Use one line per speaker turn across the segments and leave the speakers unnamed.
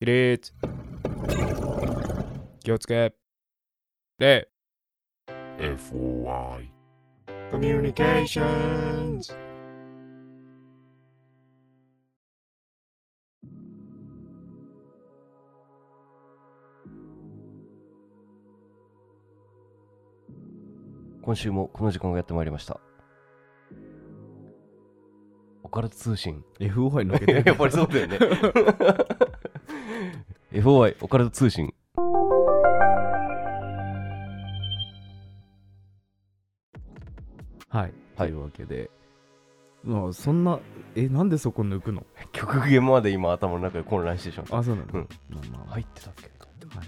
起立気をつけ礼
FOI
コミュニケーションズ
今週もこの時間がやってまいりました。オカルト通信。
FOI 抜けて
やっ
る
ぱりそうだよ ね。FOI オカルト通信。
はい、
はい
というわけでまあそんなえなんでそこ抜くの
極限まで今頭の中で混乱してしまった。
あそうなの、
うん
まあまあ、まあ
入ってたっけ
はい、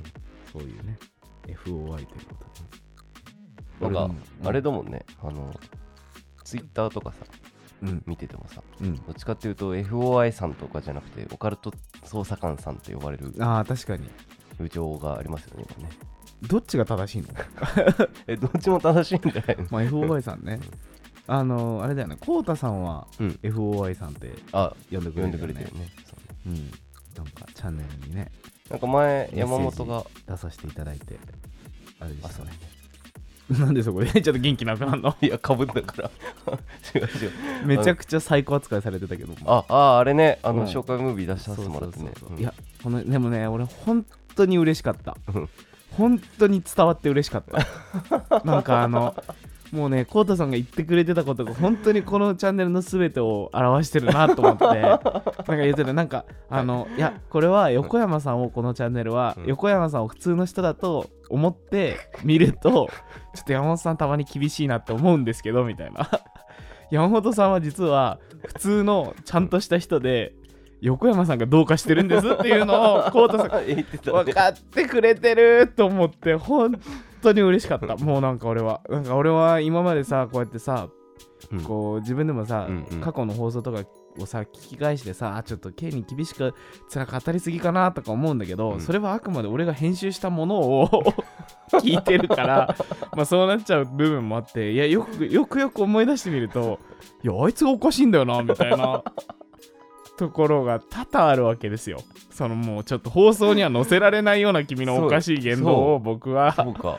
そういうね FOI ということ
なん
で
かあれ
だ
だもんね。あの、ツイッターとかさ、
うん
見ててもさ、
うん、
どっちかっていうと FOI さんとかじゃなくて、オカルト捜査官さんって呼ばれる
ああ確かに
部長がありますよね、今ね。
どっちが正しいの、
え、どっちも楽しいんじゃないの
まあ、FOI さんねあのあれだよねコウタさんは
うん
FOI さんって
あ、
呼んでくれ
呼ん
る
で
よ
くれて
ね
るね。そうね
うんなんかチャンネルにね
なんか前、山本が、
出させていただいてあれで
あ、
し
そ
た
う
ね なんでそこで ちょっと元気なくなるの
いや、かぶっ たから。違う違う。
めちゃくちゃ最高扱いされてたけども
あ、あ、あれね、あの、
うん
紹介ムービー出し
そ
さ
う
せてもら
そ
っ
う
て
そう
ね。
そう
うん
いやこのでもね俺本当に嬉しかった
うん
本当に伝わって嬉しかった なんかあのもうねコウタさんが言ってくれてたことが本当にこのチャンネルの全てを表してるなと思って なんか言ってるなんかあのいやこれは横山さんをこのチャンネルは
うん
横山さんを普通の人だと思って見るとちょっと山本さんたまに厳しいなって思うんですけどみたいな 山本さんは実は普通のちゃんとした人で横山さんがどうかしてるんですっていうのをコウタさん
あ言ってた
分
ね。
かってくれてると思って本当に嬉しか ったもうなんか俺はなんか俺は今までさこうやってさ
うん
こう自分でもさ、
うんうん
過去の放送とかをさ聞き返してさあちょっと K に厳しく辛く当たりすぎかなとか思うんだけど、
うん
それはあくまで俺が編集したものを 聞いてるから まあそうなっちゃう部分もあっていやよくよくよく思い出してみるといやあいつがおかしいんだよなみたい なところが多々あるわけですよそのもうちょっと放送には載せられないような君のおかしい言動を僕は
そうか。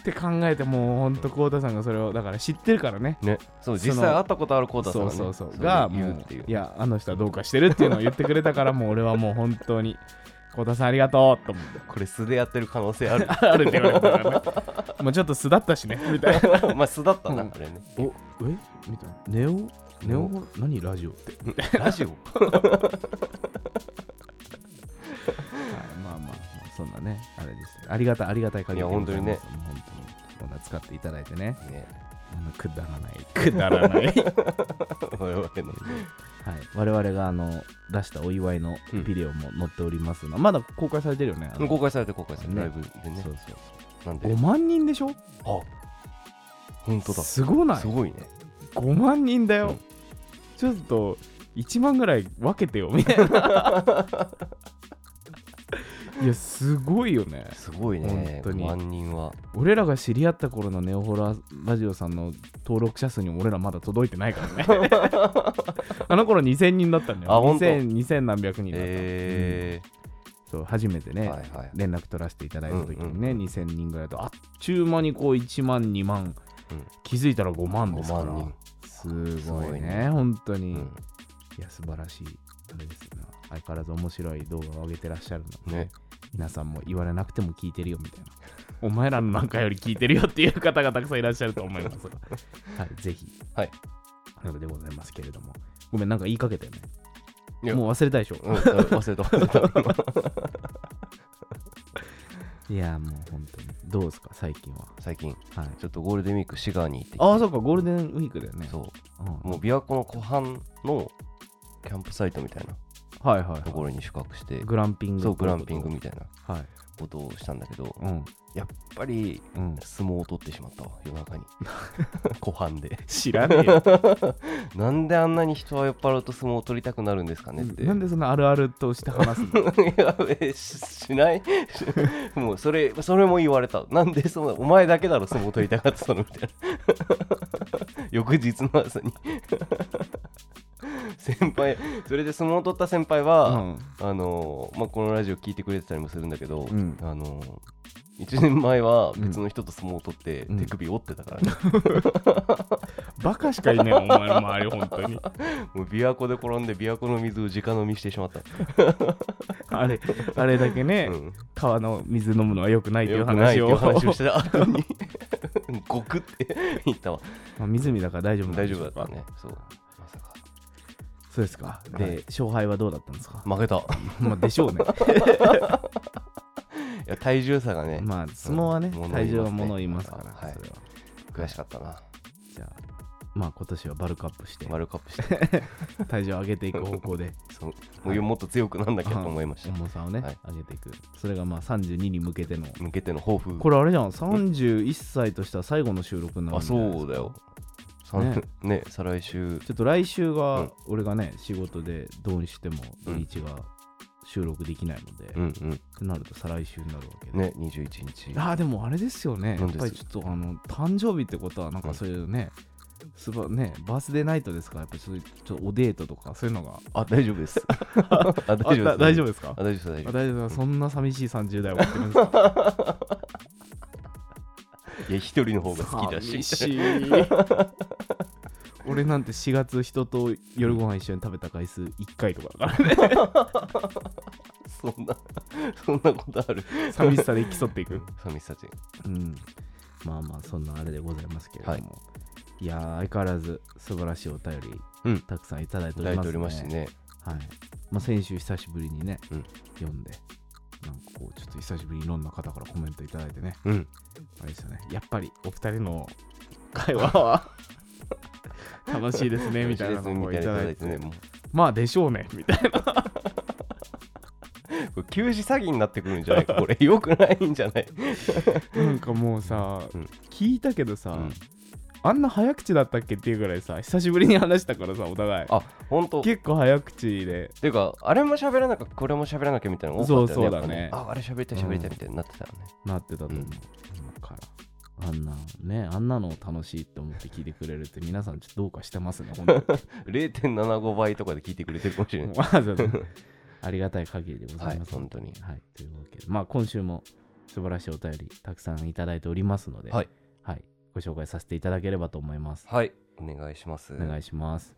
って考えてもうほんと浩太さんがそれをだから知ってるからね
ね。そう、
その
実際会ったことあるコーダさん
そ
が
う
ね
そうそう
れ
が
言
も
うっていう
うい。やあの人はどうかしてるっていうのを言ってくれたからもう俺はもう本当に小田さんありがとうと思って
これ素でやってる可能性ある。
あるって言われたからねもうちょっと素だったしねみたいな
まあ素だったな、
うん
あれね。
おえみたいなネオネオ何ラジオって
ラジオ
まあまあまあそんなねあれですよありがたいありがたい限りで
いや本当にね
ございますもう本当にこんな使っていただいてね
ね。
あの くだらないくだらないはい
我々の。
我々があの出したお祝いのビデオも載っておりますのまだ公開されてるよねあの
公開されて、公開されて、
ね
ライブでね
そ。うそう
なんで
5、万人でしょ
本当だ。す
すごない
ごいね。
5万人だよ、
うん
ちょっと1万ぐらい分けてよみたいな いやすごいよね
すごいね。
本当に
5万人は。
俺らが知り合った頃のネオホララジオさんの登録者数にも俺らまだ届いてないから ねあの頃2000人だったんだよ
あほんと
2000 2000何百人だった、
え
そう初めて
ー。
ね、
はいはい。
連絡取らせていただいた時にね、
うんうん
2000人ぐらいとあっちゅう間にこう1万2万、
うん
気づいたら5万で
5
すから
万人。
すごいね
すごいね
本当
う
に、
ん
いや素晴らしいあれですよね相変わらず面白い動画を上げてらっしゃるので、
ね。
皆さんも言われなくても聞いてるよみたいな お前らのなんかより聞いてるよっていう方がたくさんいらっしゃると思いますが はいぜひ
はい
なのでございますけれどもごめんなんか言いかけたよ
い
ね
や
もう忘れたでしょ
うん忘れた忘れた。
いやもう本当にどうですか最近は
最近
はい
ちょっとゴールデンウィークシガーに行ってきて
ああそうかゴールデンウィークだよね
そ
うん
うもう琵琶湖の湖畔のキャンプサイトみたいな
はいはい
と
は
ころに宿泊して
いグランピング
そうグランピングみたいな
はい
ことをしたんだけど
うん
やっぱり
うん
相撲を取ってしまったわ夜中に 湖畔で
知らねえよ
なんであんなに人は酔っ払うと相撲を取りたくなるんですかねっ て
なんでそんなあるあるとして話す の
やべえししない もうそれそれも言われたなんでそのお前だけだろ相撲取りたが ってたのみたいな翌日の朝に 先輩それで相撲を取った先輩
う
は、
ん
あのまあ、このラジオ聞いてくれてたりもするんだけど、
うん
あの1年前は別の人と相撲を取って、
うん
手首折ってたからね、
バカしかいねえお前の周り本当に
もう琵琶湖で転んで琵琶湖の水を直飲みしてしまった、
あれあれだけね、
うん、
川の水飲むのは良くないという
よくないって
話を
いう話をしてた 後に ゴクって言ったわ
まあ湖だから大丈夫なん
大
でし
丈
ょう
夫
か
だったねそうまさか
そうですかで、
はい
勝敗はどうだったんですか
負けたい
まあでしょうね
や体重差がね、
まあ相撲はね
うん物
体
言いますね
重は物言いますから、
はい
それは
悔しかったな
じゃあまあ今年はバルクアップして
ワールドカップして
体重を上げていく方向 で
そうもうもっと強くなんだけどと思いました、
重さをね、
はい
上げていくそれがまあ32に向けての
向けての抱負
これあれじゃん31歳としたら最後の収録になる
あ
んじゃないですか
そうだよさんね再来週
ちょっと来週
う
が
ん
俺がね、仕事でどうにしても土日が収録できないので、
う
っ
んうん
てなると再来週になるわけで、
ね21日
ああでもあれですよねや
何
っ
です
ぱりちょっとあの誕生日ってことはなんかそういうね、すばねバースデーナイトですからやっぱりそういうちょっとおデートとかそういうのが
あ大丈夫です あ
あ
大丈夫で
だ
す
大丈夫
夫
ですか
あ大丈夫です大
あ
丈
大
夫で
丈夫ですそんな寂しい30代は終わってるんです か
すいや一人の方が好きだ
寂
し
しい俺なんて4月人と夜ご飯一緒に食べた回数1回とかだから
そんなそんなことある
寂しさで競っていく。
寂しさち
うん、まあまあ、そんなあれでございますけれども。
はい
い、やー、相変わらず素晴らしいお便り、
うん
たくさんいただいて
い
お
ただ
り
い
ま
て
す、
お
ね。
りましてね
はいまあ、先週久しぶりにね、
うん
読んで、なんかこう、ちょっと久しぶりにいろんな方からコメントいただいてね、
うん
あれですよね、やっぱりお二人の会話 は楽しいです ね、みたいなの
み
を
た
い
い
た
なの
だ
いただ
い
い
て、
てねもう
まあでしょうね、 みたいな。
これ給仕詐欺になってくるんじゃないかこれよくないんじゃない
なんかもうさ、
うん
聞いたけどさ、
うん
あんな早口だったっけっていうぐらいさ久しぶりに話したからさお互い
あ本当
結構早口で
ていうかあれも喋らなきゃこれも喋らなきゃみたいなの多かったよね
そうそうだね
やっぱああれ喋りたい喋りたいみたいになってたよね
なってたと思う、
うん
今からあんなねあんなのを楽しいって思って聞いてくれるって皆さんちょっとどうかしてますね本当
0.75倍とかで聞いてくれてるかもしれ
に
ない。
わざわざ ありがたい限りでござ
はいい、
ます、
本当に。
はい、というわけで、まあ、今週も素晴らしいお便りたくさんいただいておりますので、
はい
はい、ご紹介させていただければと思います
はい、お願いします。
お願いします。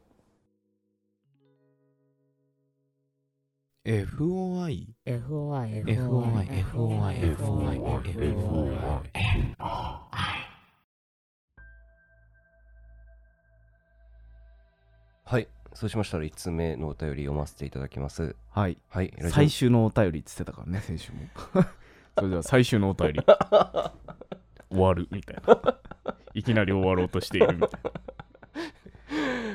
FOI
FOI
FOI
FOI
FOI
FOI
FOI
はい、そうしましたら1つ目のお便り読ませていただきます。
はい
はい、ラジオ
最終のお便りって言ってたからね、先週も。 それでは最終のお便り。終わるみたいな。いきなり終わろうとしているみたいな。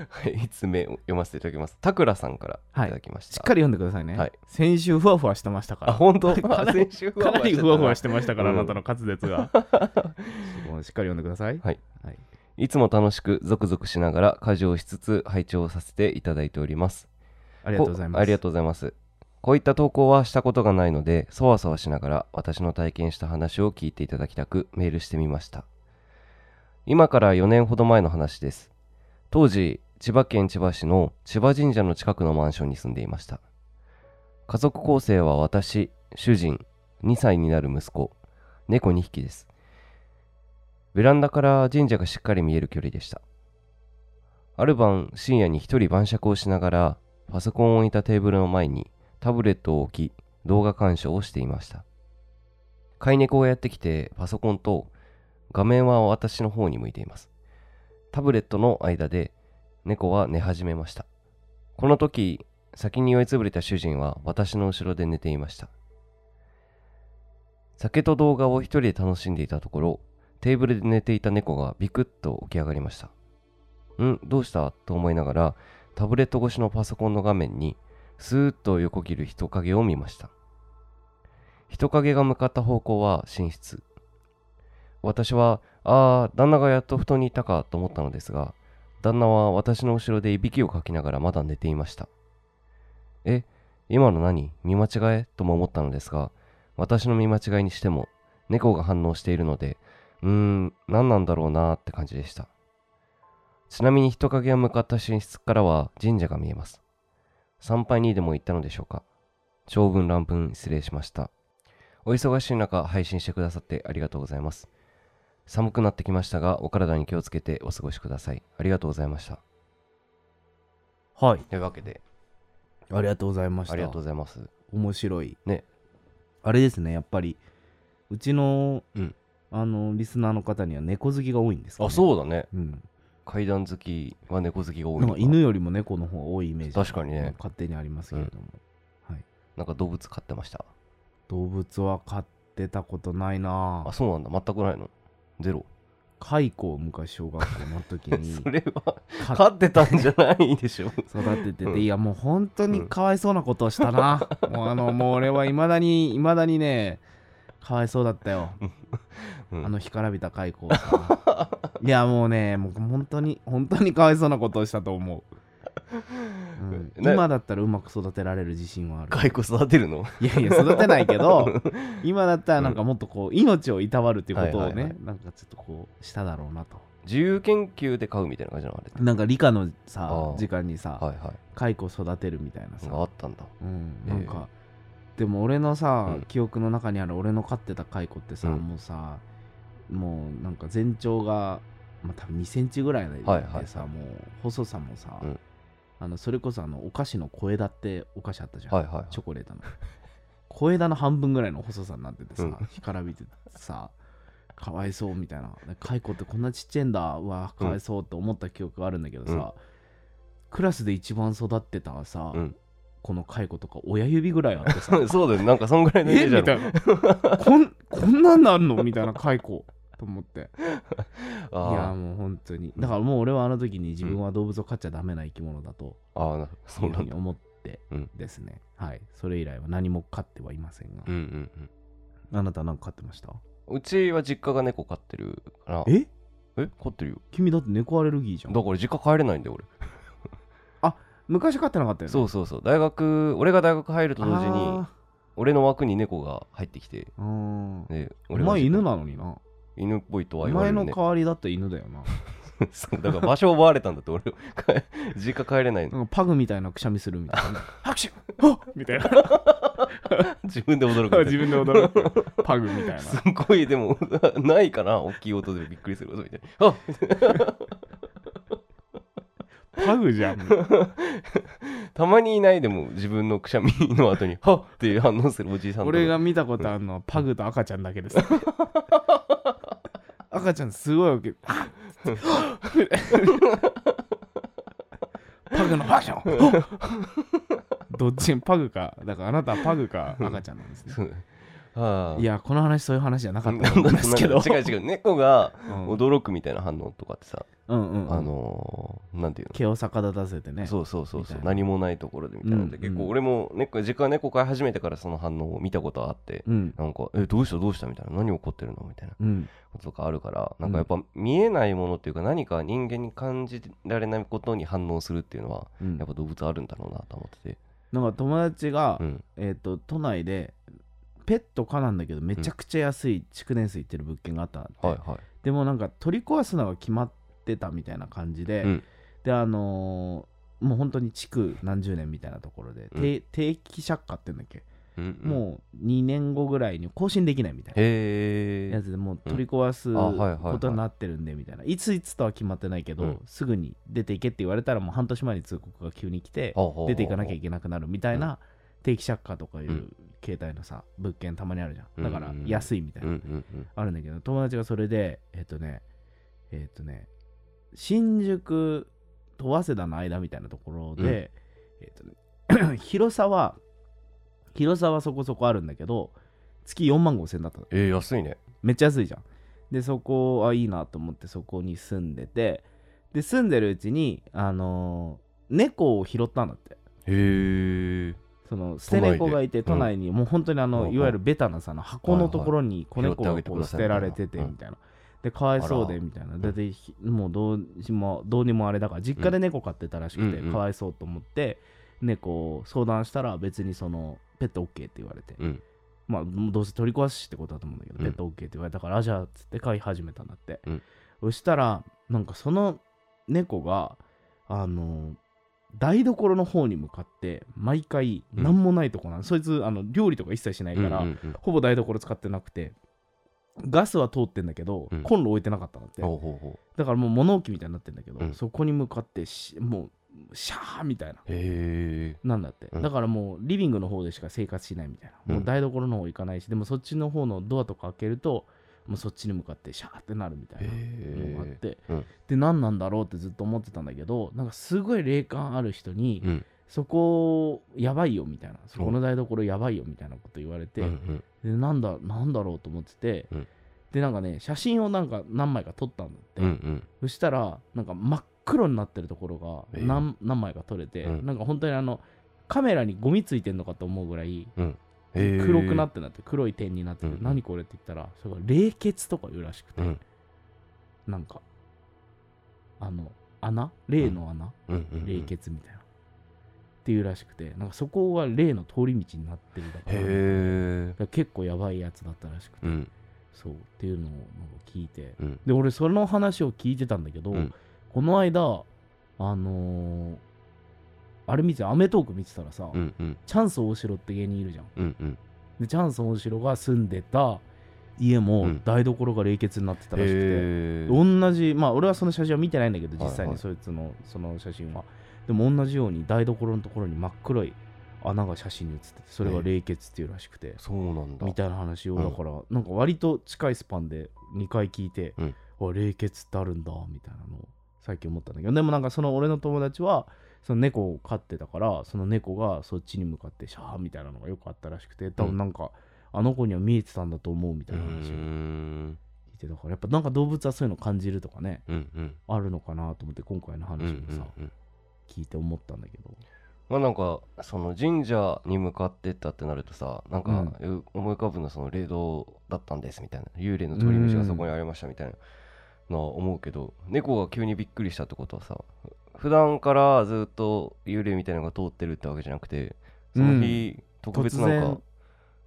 はい、1つ目を読ませていただきます。たくらさんから
はい
いただきまし。
したっかり読んでくださいね。
はい
先週ふわふわしてましたか
あ、
ら。
本当
かなり
先週ふ
か
わ
な
ふわ
り
してた
ふわふわしてましたから、
うん
あなたの滑舌 が。そこをしっかり読んでください。
はいいつも楽しくゾクゾクしながら家事をしつつ拝聴させていただいております。
ありがとうございます。
ありがとうございます。こういった投稿はしたことがないので、そわそわしながら私の体験した話を聞いていただきたくメールしてみました。今から4年ほど前の話です。当時、千葉県千葉市の千葉神社の近くのマンションに住んでいました。家族構成は私、主人、2歳になる息子、猫2匹です。ベランダから神社がしっかり見える距離でした。ある晩、深夜に一人晩酌をしながら、パソコンを置いたテーブルの前にタブレットを置き動画鑑賞をしていました飼い猫がやってきてパソコンと画面は私の方に向いていますタブレットの間で猫は寝始めましたこの時先に酔いつぶれた主人は私の後ろで寝ていました酒と動画を一人で楽しんでいたところテーブルで寝ていた猫がビクッと起き上がりましたんどうしたと思いながらタブレット越しのパソコンの画面にスーッと横切る人影を見ました人影が向かった方向は寝室私はああ旦那がやっと布団にいたかと思ったのですが旦那は私の後ろでいびきをかきながらまだ寝ていましたえ今の何見間違えとも思ったのですが私の見間違いにしても猫が反応しているのでうーん何なんだろうなーって感じでしたちなみに人影が向かった寝室からは神社が見えます。参拝にでも行ったのでしょうか長文乱文失礼しました。お忙しい中、配信してくださってありがとうございます。寒くなってきましたが、お体に気をつけてお過ごしください。ありがとうございました。
はい
というわけで、
ありがとうございました
ありがとうございます。
面白い
ね
あれですねやっぱりうちの、
うん
あのリスナーの方には猫好きが多いんですか、ね、
あ、そうだね。
う、うん、
階段好きは猫好きが多い
なん
の
か
かな
犬よりも猫の方が多いイメージ
確かにね
勝手にありますけれども、はい、
なんか動物飼ってました。
動物は飼ってたことないな
あ、
ぁ
そうなんだ。全くないの。ゼロ。
蚕を昔小学校の時に
それは
飼っ
飼ってたんじゃないでしょ。
育ててて、
うん
いやもう本当にかわいそうなことをした な、もうあのもう俺はいまだにいまだにねかわいそうだったよ、
うん
あの干からびた蚕がいやもうねもう本当に本当にかわいそうなことをしたと思う、うん
な
今だったらうまく育てられる自信はある
飼い子育てるの
いやいや育てないけ ど今だったらなんかもっとこう命をいたわるっていうことをね、
はいはいはい
なんかちょっとこうしただろうなと
自由研究で飼うみたいな感じなのあれって。
なんか理科のさ
あー
時間にさ
はいはい。
蚕を育てるみたいな
な
さ
んかあったんだ。
うん
ええ
なんか、でも俺のさ、
うん
記憶の中にある俺の飼ってた蚕ってさ、
うん
もうさもうなんか全長が、まあ、多分2センチぐらいでさ、
はいはいはい
もう細さもさ、
うん
あのそれこそあのお菓子の小枝ってお菓子あったじゃん、
はいはいはい
チョコレートの小枝の半分ぐらいの細さになっててさ、
うん
干からびてさかわいそうみたいなで蚕ってこんなちっちゃいんだうわかわいそうって思った記憶があるんだけどさ、
うん
クラスで一番育ってたさ、
うん
この蚕とか親指ぐらいあって さ
そうだよね。なんかそんぐらいのイメ
え
ージあ
みた
る。
いなこんこんなんなんのみたいな蚕と思っていや
あ
もう本当にだからもう俺はあの時に自分は動物を飼っちゃダメな生き物だと
あ、ああな
い
そ
ううふ
な
うんに
だ。
思って
うん
ですね、はいそれ以来は何も飼ってはいませんが、
うんうんうん。
あなた何か飼ってました
うちは実家が猫飼ってるから。
え
え飼ってるよ。
君だって猫アレルギーじゃん
だから実家帰れないんだよ、俺。
昔飼ってなかったよね
そうそうそう。大学、俺が大学入ると同時に、
あ
俺の枠に猫が入ってきて。
ーうん
で、
お
俺が
前
実家
犬なのにな
犬っぽいと
お
は言わ
前
れる
の
ね。
代わりだった犬だよな
そうだから場所を奪われたんだって、俺、 帰実家帰 れないの。
なんかパグみたいなくしゃみするみた いな拍手あみたいな
自分で驚 く。
自分で驚く パグみたいな
すごいでも ないかな大きい音でびっくりすることみたいなあ
パグじゃん
たまにいないでも自分のくしゃみの後に「はっ!」っていう反応するおじいさんとか
俺が見たことあるのはパグと赤ちゃんだけ です。赤ちゃんすごい大 きい。パグのアクションどっちパグか。だからあなたはパグか赤ちゃんなんですね。
そうはあ
いや、この話そういう話じゃなかったと思
な
うん
ん
で
か
すけど。
違う違う猫が
うんうん
驚くみたいな反応とかってさ、
うんうん。
あのー、なんていうの
毛を逆立たせてね。
そうそうそう
みた
そ
いうな
何もないところでみたいなので、
うん
結
う
構
ん
俺も猫実家猫飼い始めてからその反応を見たことはあって、
うん。
なんか「えどうしたどうした?」みたいな「何怒ってるの?」みたいな
うん。
こととかあるからなんかやっぱ見えないものっていうか何か人間に感じられないことに反応するっていうのは
うん
やっぱ動物あるんだろうなと思ってて、
なんか友達が
う、ん、
えっと、都内で、ペット可なんだけど、めちゃくちゃ安い築年数いってる物件があったんで
はいはい
でもなんか取り壊すのが決まってたみたいな感じで、
うん
であのーもう本当に築何十年みたいなところで、
うん
定定期借家って言うんだっけ、
うんうん
もう2年後ぐらいに更新できないみたいな
へ
や
え
つでもう取り壊す
んあはいはいはい
ことになってるんでみたいないついつとは決まってないけど、
うん
すぐに出ていけって言われたらもう半年前に通告が急に来て出ていかなきゃいけなくなるみたいな定期借家とかいううん携帯のさ物件たまにあるじゃんだから
うんうんうん
安いみたいな
うんうんうん
あるんだけど友達がそれでえっ、とねえっ、とね新宿と早稲田の間みたいなところで、えっ、とね 広さは広さはそこそこあるんだけど月4万5千だったの
えー、安いね
めっちゃ安いじゃんでそこはいいなと思ってそこに住んでてで住んでるうちにあのー猫を拾ったんだって
へえ
その捨て猫がいて
都
都内
内
にもう本当にあ
うんう
の
ん
いわゆるベタなさの箱のところに子猫
拾ってあげ
が
て
こ
く
う
ださ
捨て
いみたいな
られててみたいなでかわいそうでみたいな
ら
ででひもうどうしもどうにもあれだから実家で猫飼ってたらしく
うんう
て
ん
かわいそうと思って猫を相談したら別にそのペット OK って言われて
うん
まあどうせ取り壊しってことだと思うんだけど
うん
ペット OK って言われたからあじゃあっつって飼い始めたんだって
うん
そしたらなんかその猫があの台所の方に向かって毎回
うん
何もないとこなの、そいつあの料理とか一切しない
うん
か
う
ら、
んうん
ほぼ台所使ってなくてガスは通ってんだけど、
うん
コンロ置いてなかったんだって
ほうほうほ
だからもう物置みたいになってんだけど、
うん
そこに向かってしもうシャーみたいな
うへえ
なんだって、
うん
だからもうリビングの方でしか生活しないみたいな、もう台所の方行かないしでもそっちの方のドアとか開けるともうそっちに向かってシャーってなるみたいなのがあって、
うん
で何なんだろうってずっと思ってたんだけどなんかすごい霊感ある人に、
うん
そこやばいよみたいなそこの台所やばいよみたいなこと言われて、
うんうん
でなんだなんだろうと思ってて、
うん
でなんかね写真をなんか何枚か撮ったんだって、
うんうん
そしたらなんか真っ黒になってるところが
ええ
何,、何枚か撮れて、
うん
なんか本当にあのカメラにゴミついてんのかと思うぐらい
へー
黒くなってなって黒い点になってて、
うんうん
何これって言ったらそれが冷血とか言うらしくて、
うん
なんかあの穴霊の穴、
うんうんうん
冷血みたいな、っていうらしくてなんかそこが霊の通り道になってるだからだか
へえ
ら結構やばいやつだったらしくて、
うん
そうっていうのをなんか聞いて、
うん
で俺その話を聞いてたんだけど、
うん
この間あのーあれ見てアメトーク見てたらさ、
うんうん
チャンス大城って芸人いるじゃん
うんうん
でチャンス大城が住んでた家
う
も
ん
台所が冷血になってたらしくて、
へー
同じまあ俺はその写真は見てないんだけど実際
はいは
に
い
そいつのその写真はでも同じように台所のところに真っ黒い穴が写真に写っててそれが冷血っていうらしくて
そうなんだ
みたいな話を
うん
だからなんか割と近いスパンで2回聞いて
うん
あ冷血ってあるんだみたいなのを最近思ったんだけどでもなんかその俺の友達はその猫を飼ってたからその猫がそっちに向かってシャーみたいなのがよくあったらしくて多分なんかあの子には見えてたんだと思うみた
う
い
ー
な話を
ん
聞いてだからやっぱなんか動物はそういうの感じるとかね
うんうん
あるのかなと思って今回の
うんう
話を
んう
さ
んうん
聞いて思ったんだけど
まあなんかその神社に向かってったってなるとさなんかう思い浮かぶのはその霊道だったんですみたいな幽霊の通り道がそこにありましたみたいなのは思うけど猫が急にびっくりしたってことはさ普段からずっと幽霊みたいなのが通ってるってわけじゃなくてその日特別なんか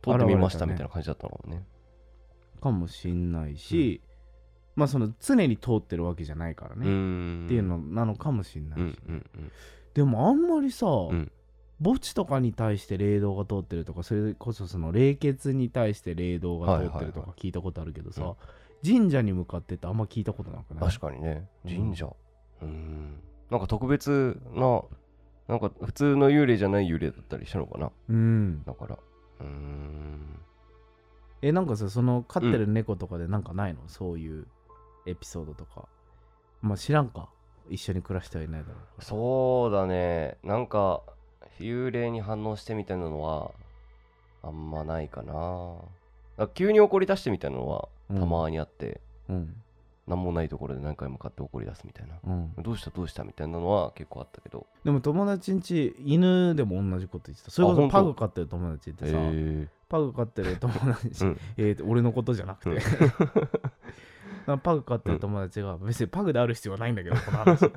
通ってみましたみたいな感じだったのかもね。
かもしんないし、まあその常に通ってるわけじゃないから
う
ね、
ーん
っていうのなのかもしんない
うん
し、
うんうん
でもあんまりさ、
ん
墓地とかに対して霊道が通ってるとかそれこそその霊血に対して霊道が通ってると
はいはい
か
は
聞いたことあるけどさ、
うん
神社に向かってってあんま聞いたことなくない
確かにね神社うんなんか特別ななんか普通の幽霊じゃない幽霊だったりしたのかな
うん
だからうーん
えなんかさその飼ってる猫とかでなんかないの、そういうエピソードとかまあ知らんか一緒に暮らしてはいないだろうから
そうだねなんか幽霊に反応してみたいなのはあんまないかなだから急に怒り出してみたいなのは
うん
たまにあって、
うん
なん、何もないところで何回も買って怒り出すみたいな
うん、
どうしたどうしたみたいなのは結構あったけど
でも友達んち犬でも同じこと言ってたそれこそ
本当
パグ飼ってる友達ってさ、
え
パグ飼ってる友達、
うん
えーと俺のことじゃなくて、
うん
なんかパグ飼ってる友達が別にパグである必要はないんだけどこの 話なん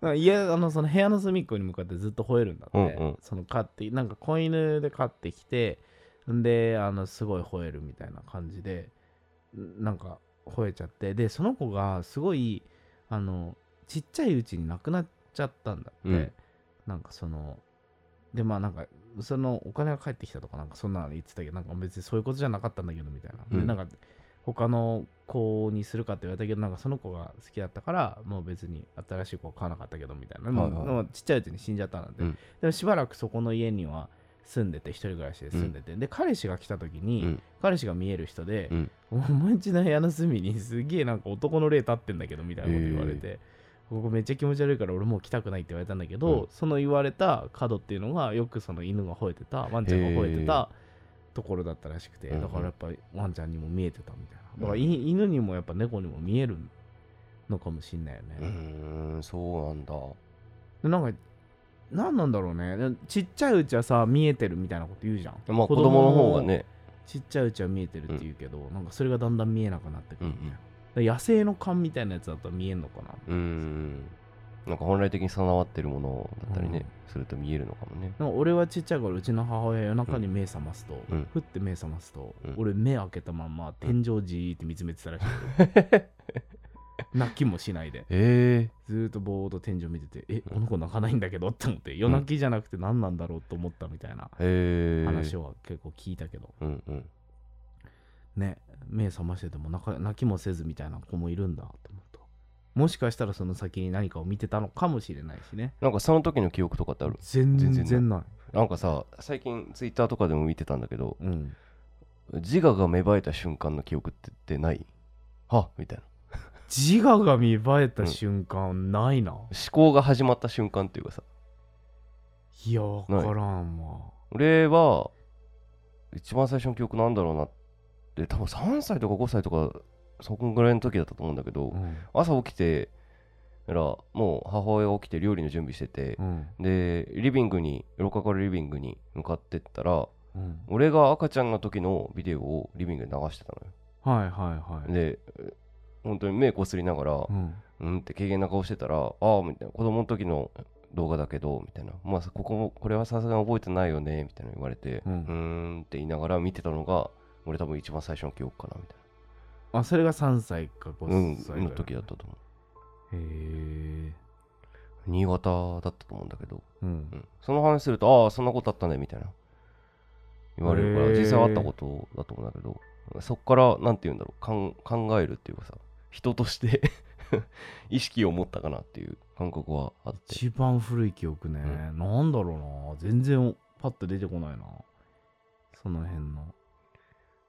か家あのその部屋の隅っこに向かってずっと吠えるんだって、
うんうん
その飼ってなんか子犬で飼ってきてんであのすごい吠えるみたいな感じでんなんか吠えちゃってでその子がすごいあのちっちゃいうちに亡くなっちゃったんだって、
うん
なんかそのでまあなんかそのお金が返ってきたとかなんかそんなの言ってたけどなんか別にそういうことじゃなかったんだけどみたいな、
う
で
ん
なんか他の子にするかって言われたけどなんかその子が好きだったからもう別に新しい子は買わなかったけどみたいな、もう
はいはい
もうちっちゃいうちに死んじゃったなんで、
うん
でもしばらくそこの家には住んでて一人暮らしで住んでて、で彼氏が来た時に、
うん
彼氏が見える人で、
うん
お前んちの部屋の隅にすげえなんか男の霊立ってんだけどみたいなこと言われて、ここめっちゃ気持ち悪いから俺もう来たくないって言われたんだけど、
うん
その言われた角っていうのがよくその犬が吠えてたワンちゃんが吠えてたところだったらしくて、
うんうん
だからやっぱりワンちゃんにも見えてたみたいなだから、
うん
い犬にもやっぱ猫にも見えるのかもしんないよね、
うーんそうなんだ
でなんか何なんだろうねでちっちゃいうちはさ見えてるみたいなこと言うじゃん
まあ子供の方がね
ちっちゃいうちは見えてるって言うけど、なんかそれがだんだん見えなくなってくるみたいな
うんうん、
だから野生の勘みたいなやつだと見えんのかな
うーんなんか本来的に備わってるものだったりね、すると見えるのかもね。
なんか俺はちっちゃい頃うちの母親夜中に目覚ますと、
うん
ふって目覚ますと、
うん
俺目開けたまんま天井じーって見つめてたらしい、泣きもしないで
え
ずーっとぼーっと天井見ててえこの子泣かないんだけどって思って夜泣きじゃなくて何なんだろうと思ったみたいな
えええ
話は結構聞いたけど
うんうん
ね目覚ましてても泣か泣きもせずみたいな子もいるんだと思うともしかしたらその先に何かを見てたのかもしれないしね
なんかその時の記憶とかってある
全然ない
全然なんかさ最近ツイッターとかでも見てたんだけど
うん、
自我が芽生えた瞬間の記憶ってってないはみたいな
自我が芽生えた瞬間ないな、
思考が始まった瞬間っていうかさ
いやわからんわ
俺は一番最初の記憶なんだろうなって多分3歳とか5歳とかそこぐらいの時だったと思うんだけど、
うん
朝起きてだからもう母親が起きて料理の準備してて
う、ん
でリビングに廊下からリビングに向かってったら
うん
俺が赤ちゃんの時のビデオをリビングで流してたのよ
はいはいはい
で本当に目こすりながら、
うん
うんって軽減な顔してたら、ああ、みたいな、子供の時の動画だけど、みたいな、まあ、ここも、これはさすがに覚えてないよね、みたいな言われて、
う
うんーんって言いながら見てたのが、俺多分一番最初の記憶かな、みたい
あそれが3歳か
な。
5歳ぐら
う
い
ん、の時だったと思
へえ
う。新潟だったと思うんだけど、
うん
うん、その話すると、ああ、そんなことあったね、みたいな。言われるから、
へー
実際あったことだと思うんだけど、そっから、なんて言うんだろう、かん考えるっていうかさ、人として 意識を持ったかなっていう感覚はあって。
一番古い記憶ね、
う
なんだろうな全然パッと出てこないなその辺の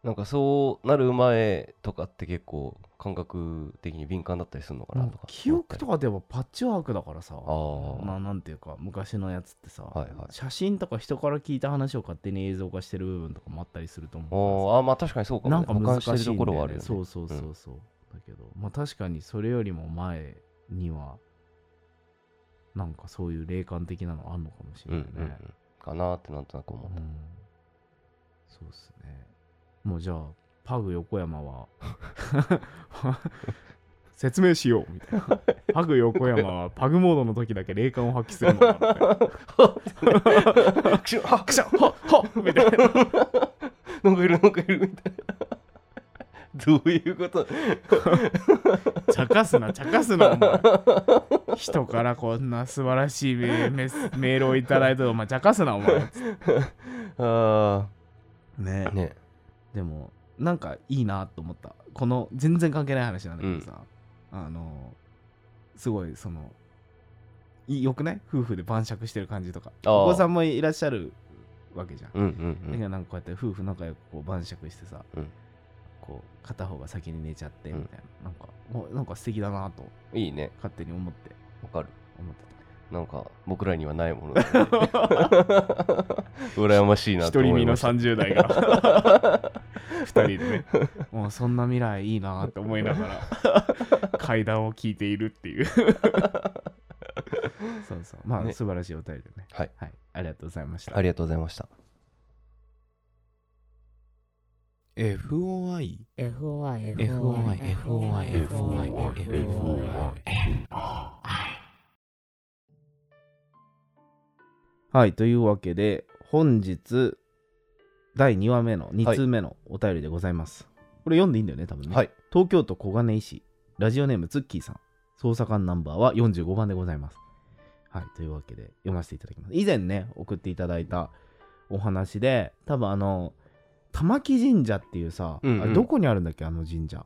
なんかそうなる前とかって結構感覚的に敏感だったりするのかなとか。
記憶と
か。
かでもパッチワークだからさ
あー
ななんていうか昔のやつってさ、
はいはい
写真とか人から聞いた話を勝手に映像化してる部分とかもあったりすると思うからさ
おーあーまあ確かにそうかも、ね。
なんか難しいん
保管
だ
して
よ、
る
ね、
ところはあるよね。
そうそうそうそう、だけどまあ確かにそれよりも前にはなんかそういう霊感的なのあるのかもしれ
うん
な
う
い
ん
ね、
うん。かなーってなんとなく思っ
う
た。
んそうですねもうじゃあパグ横山は 説明しようみたいなパグ横山はパグモードの時だけ霊感を発揮するのだみたいな
くしゅあ
クシャッはっはっみたいな
なんかいるなんか いるみたいな。どういうこと
茶化すな茶化すなお前人からこんな素晴らしいメメスメールをいただいたお前茶化すなお前
あ
ね
あ。ね。
でもなんかいいなと思ったこの全然関係ない話なんだけどさ、あのすごいそのいよくない夫婦で晩酌してる感じとか
あー
お子さんもいらっしゃるわけじゃん、
うんう
だけ
ん
どなんかこうやって夫婦仲良くこう晩酌してさ、
うん
こう片方が先に寝ちゃって
うん
みたいな、なんかおなんか素敵だなと
うん。いいね。
勝手に思って
わかる。
思ってた
なんか僕らにはない ものだね。羨ましいなと
独
思い
り身
ま
の
した。
30代が 2人でねもうそんな未来いいなって思いながら階段を聞いているって いうそうそうまあ、
ね
素晴らしいお便りでね
はい、
ありがとうございました
ありがとうございました。
FOI
FOI
FOI
FOI FOI FOI FOI
はいというわけで本日第2話目の2通目のお便りでございます、これ読んでいいんだよね多分ね
はい。
東京都小金井市ラジオネームツッキーさん捜査官ナンバーは45番でございますはいというわけで読ませていただきます以前ね送っていただいたお話で多分あの玉木神社っていうさ、
うんうん
あれどこにあるんだっけあの神社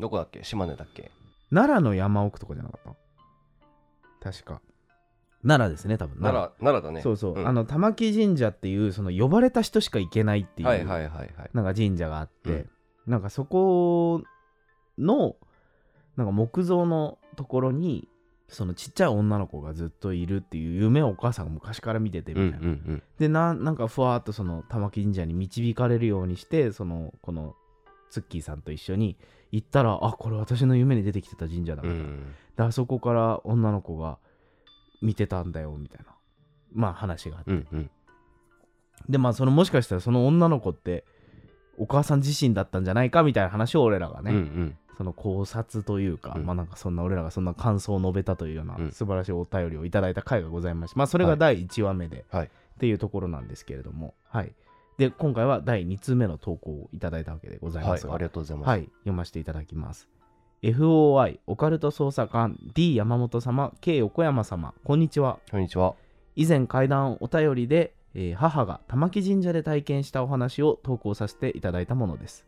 どこだっけ島根だっけ
奈良の山奥とかじゃなかった確か奈良ですね多分
奈良奈良だね。
そうそう、
ん
あの玉木神社っていうその呼ばれた人しか行けないっていう、
はいはいはいはい。
なんか神社があって、
うん
なんかそこのなんか木造のところにそのちっちゃい女の子がずっといるっていう夢をお母さんが昔から見ててみ
う
たい
ん
な、
うん
でななんかふわーっとその玉木神社に導かれるようにしてそのこのツッキーさんと一緒に行ったらあこれ私の夢に出てきてた神社だ
う
み
ん。う
たいな、
ん。
であそこから女の子が見てたんだよみたいなまあ話があって、
うんうん。
でまあそのもしかしたらその女の子ってお母さん自身だったんじゃないかみたいな話を俺らがね、
うんうん。
その考察というか、
うん
まあなんかそんな俺らがそんな感想を述べたというような
うん
素晴らしいお便りをいただいた回がございまして、まあそれが
はい
第1話目で、
はい
っていうところなんですけれどもはいで今回は第2通目の投稿をいただいたわけでござい
はい、あ
ま
り
すが
がとうございます。
はい、読ませていただきます。 FOI オカルト捜査官 D 山本様 K 横山様こんにちは
こんにちは。
以前怪談お便りで、えー母が玉木神社で体験したお話を投稿させていただいたものです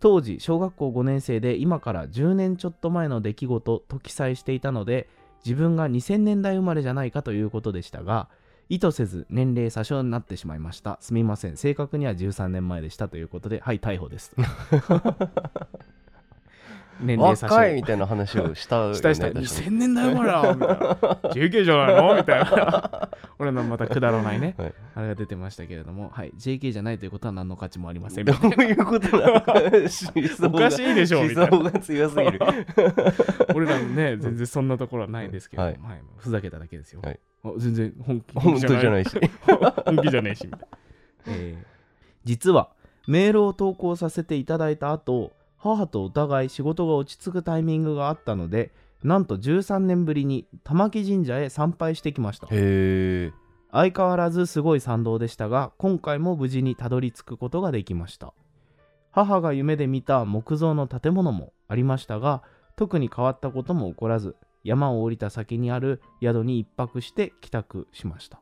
当時小学校5年生で今から10年ちょっと前の出来事と記載していたので自分が2000年代生まれじゃないかということでしたが意図せず年齢詐称になってしまいましたすみません正確には13年前でしたということではい逮捕です 年齢詐称
若いみたいな話をしたよ ね。
したした
確か
2000年代生まれだみたいな JK じゃないのみたいな俺のまたくだらないね、
はい
あれが出てましたけれども、はい、JK じゃないということは何の価値もありませんみ
ど
たいな
ういうこと なのか思想が
おかしいでしょ みたいな
思想が強す ぎる。
俺らもね全然そんなところはないですけど、
は
はいいふざけただけですよ、
はい
あ全然本気
本当じゃないい し。
本気じゃねえしみたいな、えー実はメールを投稿させていただいた後母とお互い仕事が落ち着くタイミングがあったのでなんと13年ぶりに玉木神社へ参拝してきました
へえ。
相変わらずすごい賛同でしたが今回も無事にたどり着くことができました母が夢で見た木造の建物もありましたが特に変わったことも起こらず山を降りた先にある宿に一泊して帰宅しました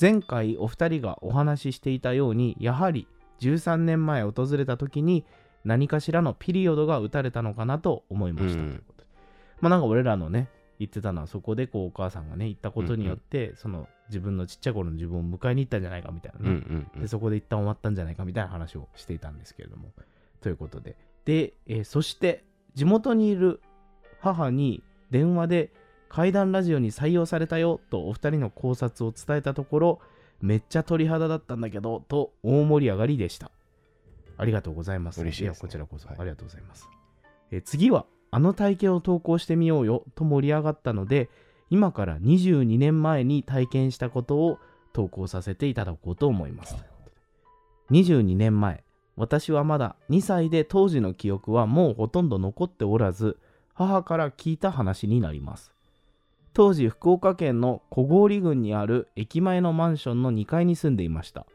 前回お二人がお話ししていたようにやはり13年前訪れた時に何かしらのピリオドが打たれたのかなと思いました、
うん
まあなんか俺らのね言ってたのはそこでこうお母さんがね行ったことによって、その自分のちっちゃい頃の自分を迎えに行ったんじゃないかみたいな
うんう
ね、
んう
で
ん。
そこで一旦終わったんじゃないかみたいな話をしていたんですけれども。ということで。で、えーそして地元にいる母に電話で怪談ラジオに採用されたよとお二人の考察を伝えたところめっちゃ鳥肌だったんだけどと大盛り上がりでした。ありがとうございます。
嬉しいですね
やこちらこそ、
はい
ありがとうございます。えー次はあの体験を投稿してみようよと盛り上がったので今から22年前に体験したことを投稿させていただこうと思います。22年前、私はまだ2歳で当時の記憶はもうほとんど残っておらず、母から聞いた話になります。当時、福岡県の小郡郡にある駅前のマンションの2階に住んでいました。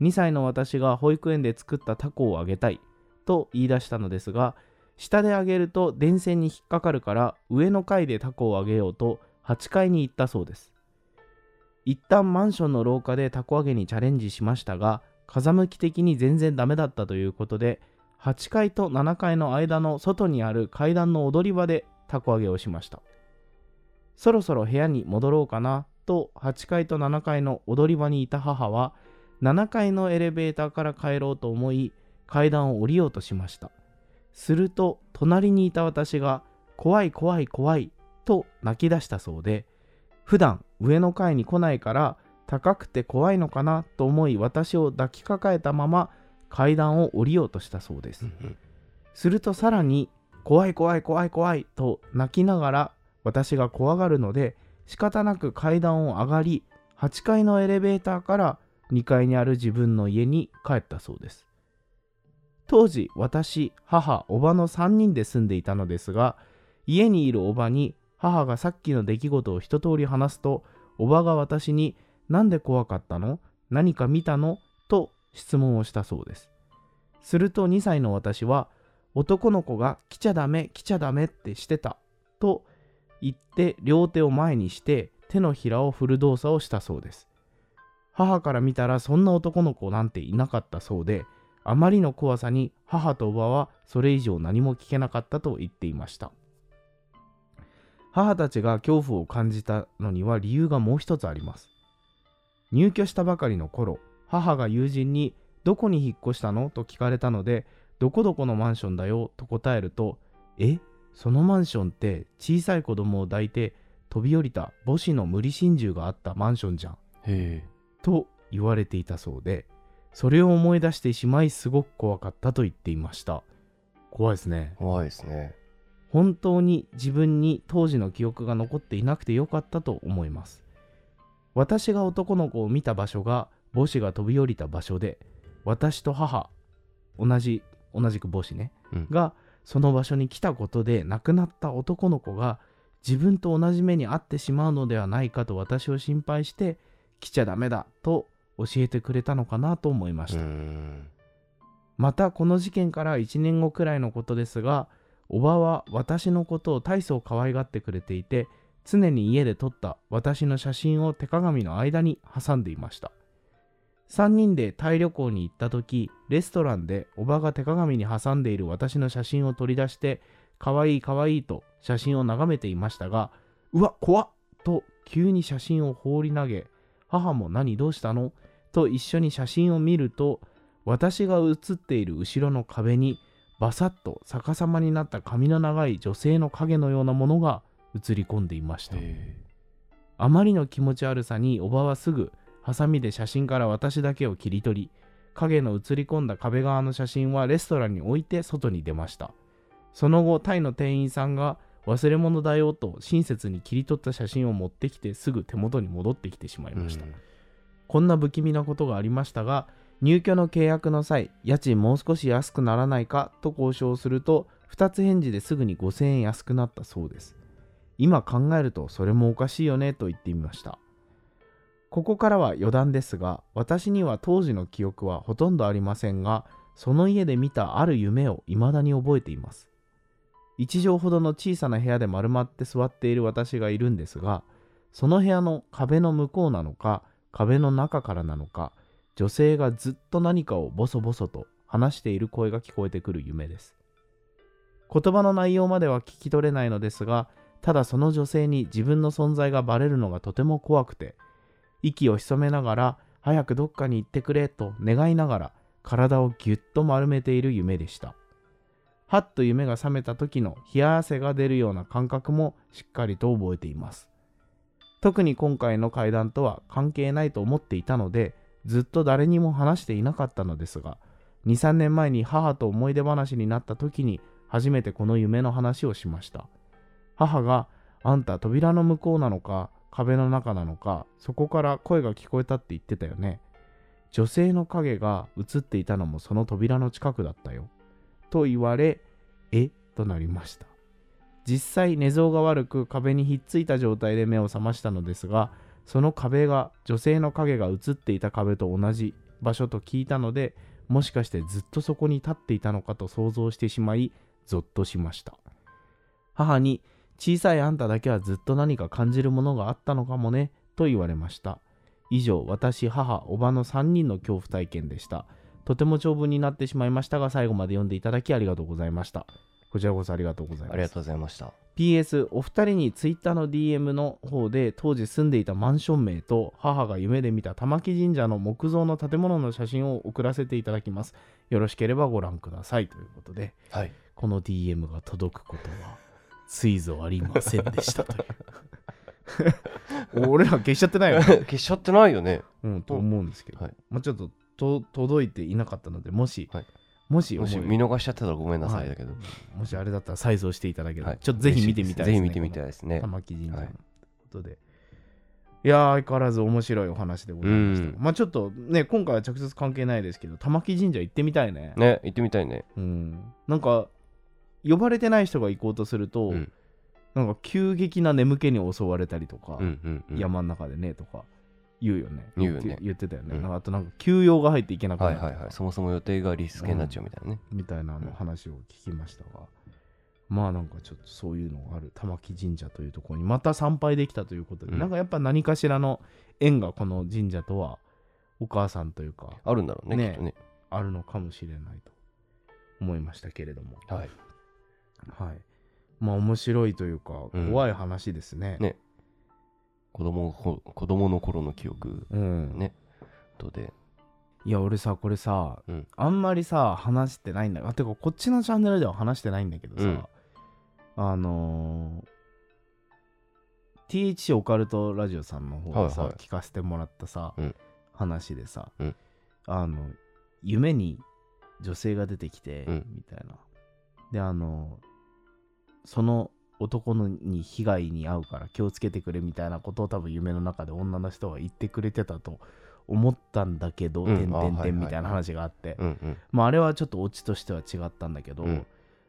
2歳の私が保育園で作ったタコをあげたいと言い出したのですが、下であげると電線に引っかかるから上の階でタコをあげようと8階に行ったそうです。一旦マンションの廊下でたこ揚げにチャレンジしましたが風向き的に全然ダメだったということで8階と7階の間の外にある階段の踊り場でたこ揚げをしましたそろそろ部屋に戻ろうかなと8階と7階の踊り場にいた母は7階のエレベーターから帰ろうと思い階段を降りようとしましたすると隣にいた私が怖い怖い怖いと泣き出したそうで普段上の階に来ないから高くて怖いのかなと思い私を抱きかかえたまま階段を降りようとしたそうですするとさらに怖い怖い怖い怖いと泣きながら私が怖がるので仕方なく階段を上がり8階のエレベーターから2階にある自分の家に帰ったそうです当時私母おばの3人で住んでいたのですが家にいるおばに母がさっきの出来事を一通り話すとおばが私に「なんで怖かったの何か見たの?」と質問をしたそうですすると2歳の私は「男の子が来ちゃダメ来ちゃダメってしてた」と言って両手を前にして手のひらを振る動作をしたそうです母から見たらそんな男の子なんていなかったそうであまりの怖さに母とおばはそれ以上何も聞けなかったと言っていました母たちが恐怖を感じたのには理由がもう一つあります入居したばかりの頃母が友人に「どこに引っ越したの?」と聞かれたので「どこどこのマンションだよ」と答えると「えそのマンションって小さい子供を抱いて飛び降りた母子の無理心中があったマンションじゃん」
へ
と言われていたそうでそれを思い出してしまいすごく怖かったと言っていました怖いですね
え。怖いですね。
本当に自分に当時の記憶が残っていなくてよかったと思います私が男の子を見た場所が母子が飛び降りた場所で私と母同じ同じく母子ね、
うん
がその場所に来たことで亡くなった男の子が自分と同じ目に遭ってしまうのではないかと私を心配して来ちゃダメだと教えてくれたのかなと思いまし
う
た、
ん。
またこの事件から1年後くらいのことですがおばは私のことを大層可愛がってくれていて常に家で撮った私の写真を手鏡の間に挟んでいました3人でタイ旅行に行った時レストランでおばが手鏡に挟んでいる私の写真を取り出して可愛い可愛いと写真を眺めていましたがうわ怖っと急に写真を放り投げ母も何どうしたのと一緒に写真を見ると私が写っている後ろの壁にバサッと逆さまになった髪の長い女性の影のようなものが映り込んでいました、あまりの気持ち悪さにおばはすぐハサミで写真から私だけを切り取り影の映り込んだ壁側の写真はレストランに置いて外に出ましたその後タイの店員さんが忘れ物だよと親切に切り取った写真を持ってきてすぐ手元に戻ってきてしまいました、こんな不気味なことがありましたが入居の契約の際家賃もう少し安くならないかと交渉すると2つ返事ですぐに5000円安くなったそうです今考えるとそれもおかしいよねと言ってみましたここからは余談ですが私には当時の記憶はほとんどありませんがその家で見たある夢を未だに覚えています1畳ほどの小さな部屋で丸まって座っている私がいるんですがその部屋の壁の向こうなのか壁の中からなのか女性がずっと何かをボソボソと話している声が聞こえてくる夢です言葉の内容までは聞き取れないのですがただその女性に自分の存在がバレるのがとても怖くて息を潜めながら早くどっかに行ってくれと願いながら体をぎゅっと丸めている夢でしたはっと夢が覚めた時の冷や汗が出るような感覚もしっかりと覚えています特に今回の会談とは関係ないと思っていたのでずっと誰にも話していなかったのですが23年前に母と思い出話になった時に初めてこの夢の話をしました母が「あんた扉の向こうなのか壁の中なのかそこから声が聞こえたって言ってたよね女性の影が映っていたのもその扉の近くだったよ」と言われ「えとなりました実際寝相が悪く壁にひっついた状態で目を覚ましたのですがその壁が女性の影が映っていた壁と同じ場所と聞いたのでもしかしてずっとそこに立っていたのかと想像してしまいゾッとしました母に「小さいあんただけはずっと何か感じるものがあったのかもね」と言われました以上私母おばの3人の恐怖体験でしたとても長文になってしまいましたが最後まで読んでいただきありがとうございましたこちらこそありがとうございます
ありがとうございました。
PS お二人に Twitter の DM の方で当時住んでいたマンション名と母が夢で見た玉木神社の木造の建物の写真を送らせていただきますよろしければご覧くださいということで
はい。
この DM が届くことはついぞありませんでしたという俺ら消しちゃってないよね、
消しちゃってないよね。
うん、と思うんですけど、
はい
もうちょっとと届いていなかったのでもし、
はい
もし
もし
思い
見逃しちゃってたらごめんなさいだけど。
もしあれだったら再造していただけたら、
はい
ちょっとぜひ見てみたい
ぜひ見てみたい
い
ですね。
玉木神社の
はい
ことで、い、やー相変わらず面白いお話でございました、
うん
まあちょっとね今回は直接関係ないですけど玉木神社行ってみたいね
ね、行ってみたいね。
うん、なんか呼ばれてない人が行こうとすると、
うん
なんか急激な眠気に襲われたりとか、
うんうんうん。
山の中でねとか言うよね
言うよね
って言ってたよね、
うん
なんかあとなんか休養が入っていけなくな
は
る
い
とか
はいはい。そもそも予定がリスケになっちゃうみたいなね。
みたいなあの話を聞きましたが、まあなんかちょっとそういうのがある玉木神社というところにまた参拝できたということで、
うん
なんかやっぱ何かしらの縁がこの神社とはお母さんというか
あるんだろうね、
ね
きっとね。
あるのかもしれないと思いましたけれども
はい。
はいまあ面白いというか
うん
怖い話ですね、
ね子供のこ子供の頃の記憶
うん
ね。とで。
いや俺さこれさ、
うん
あんまりさ話してないんだあてかこっちのチャンネルでは話してないんだけどさ、
うん
あのー THC オカルトラジオさんの方でさ、
はいはい
聞かせてもらったさ、
うん
話でさ、
うん
あの夢に女性が出てきて、
うん
みたいなであのその男のに被害に遭うから気をつけてくれみたいなことを多分夢の中で女の人は言ってくれてたと思ったんだけど、
うん
てん
あ
てん
はいは
て
い
んみたいな話があって、
うんうん。
まああれはちょっとオチとしては違ったんだけど、
うん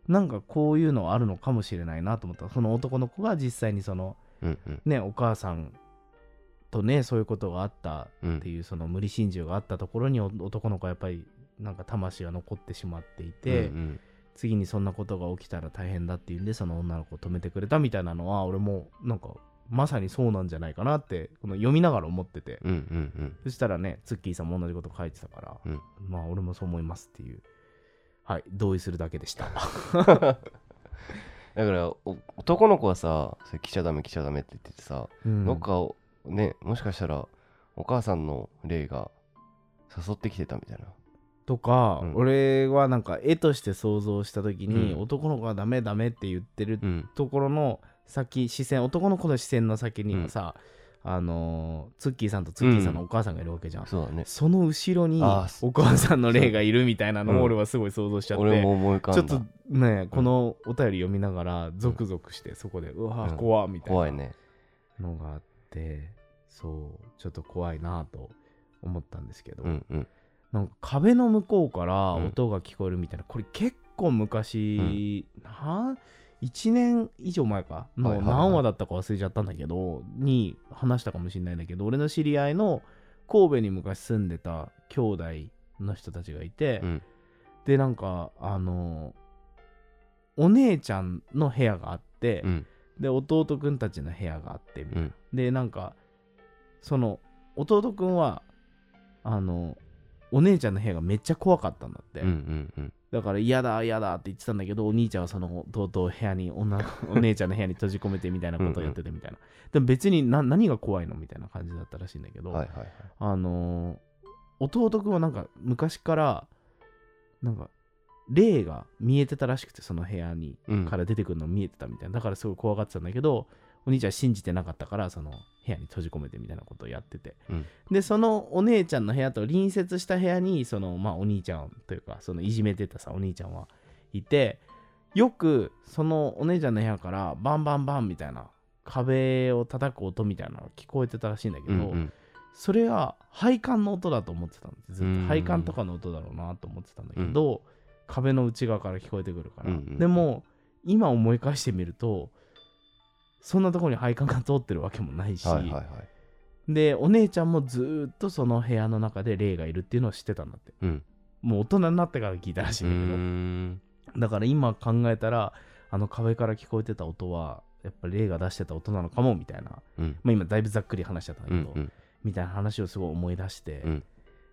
なんかこういうのはあるのかもしれないなと思ったその男の子が実際にその
うんうん
ねお母さんとねそういうことがあった
うん
っていうその無理心中があったところにお男の子はやっぱりなんか魂が残ってしまっていて、
うん
次にそんなことが起きたら大変だっていうんでその女の子を止めてくれたみたいなのは俺もなんかまさにそうなんじゃないかなってこの読みながら思ってて、
うんうんうん
そしたらねツッキーさんも同じこと書いてたから、
うん
まあ俺もそう思いますっていうはい同意するだけでした
だからお男の子はさそれ来ちゃダメ来ちゃダメって言っててさ、
うん
どっかをねもしかしたらお母さんの霊が誘ってきてたみたいな
とか、
うん
俺はなんか絵として想像した時に、
うん
男の子はダメダメって言ってる
うん
ところの先視線男の子の視線の先にはさ、あのーツッキーさんとツッキーさんのお母さんがいるわけじゃん、
そうだね
その後ろに
あーそ
お母さんの霊がいるみたいな
う
の
ん
を俺はすごい想像しちゃって、
俺も思い浮かん
ち
だ
ょっとねこのお便り読みながらゾクゾクしてそこでうわ
う
ー
ん
怖っみた
怖い
いな
ね
のがあって、そうちょっと怖いなと思ったんですけど、
うんうん
なんか壁の向こうから
うん
音が聞こえるみたいな、これ結構昔、な1年以上前か
はい
の
はいはい
何話だったか忘れちゃったんだけどに話したかもしれないんだけど俺の知り合いの神戸に昔住んでた兄弟の人たちがいて、
うん
でなんかあのお姉ちゃんの部屋があって、
うん
で弟くんたちの部屋があってみたいな、
うん
でなんかその弟くんはあのお姉ちゃんの部屋がめっちゃ怖かったんだって、
うんうんうん
だから嫌だ嫌だって言ってたんだけどお兄ちゃんはその弟を部屋に 女のお姉ちゃんの部屋に閉じ込めてみたいなことをやっててみたいなでも別にな何が怖いのみたいな感じだったらしいんだけど、
はいはいはい
あのー弟くんはなんか昔からなんか霊が見えてたらしくてその部屋に
うん
から出てくるの見えてたみたいなだからすごい怖がってたんだけどお兄ちゃん信じてなかったからその部屋に閉じ込めてみたいなことをやってて、
うん
でそのお姉ちゃんの部屋と隣接した部屋にそのまあお兄ちゃんというかそのいじめてたさお兄ちゃんはいてよくそのお姉ちゃんの部屋からバンバンバンみたいな壁を叩く音みたいなのが聞こえてたらしいんだけど、
うんうん
それは配管の音だと思ってたんですずっ
うん
と配管とかの音だろうなと思ってたんだけど、壁の内側から聞こえてくるから、
うんうん
でも今思い返してみるとそんなところに配管が通ってるわけもないし、
はいはいはい
でお姉ちゃんもずーっとその部屋の中で霊がいるっていうのを知ってたんだって
うん
もう大人になってから聞いたらしい
うん
だけど、
ん
だから今考えたらあの壁から聞こえてた音はやっぱり霊が出してた音なのかもみたいな、
うん
まあ、今だいぶざっくり話しちゃったんだけ
うん
ど、
うん
みたいな話をすごい思い出して、
うん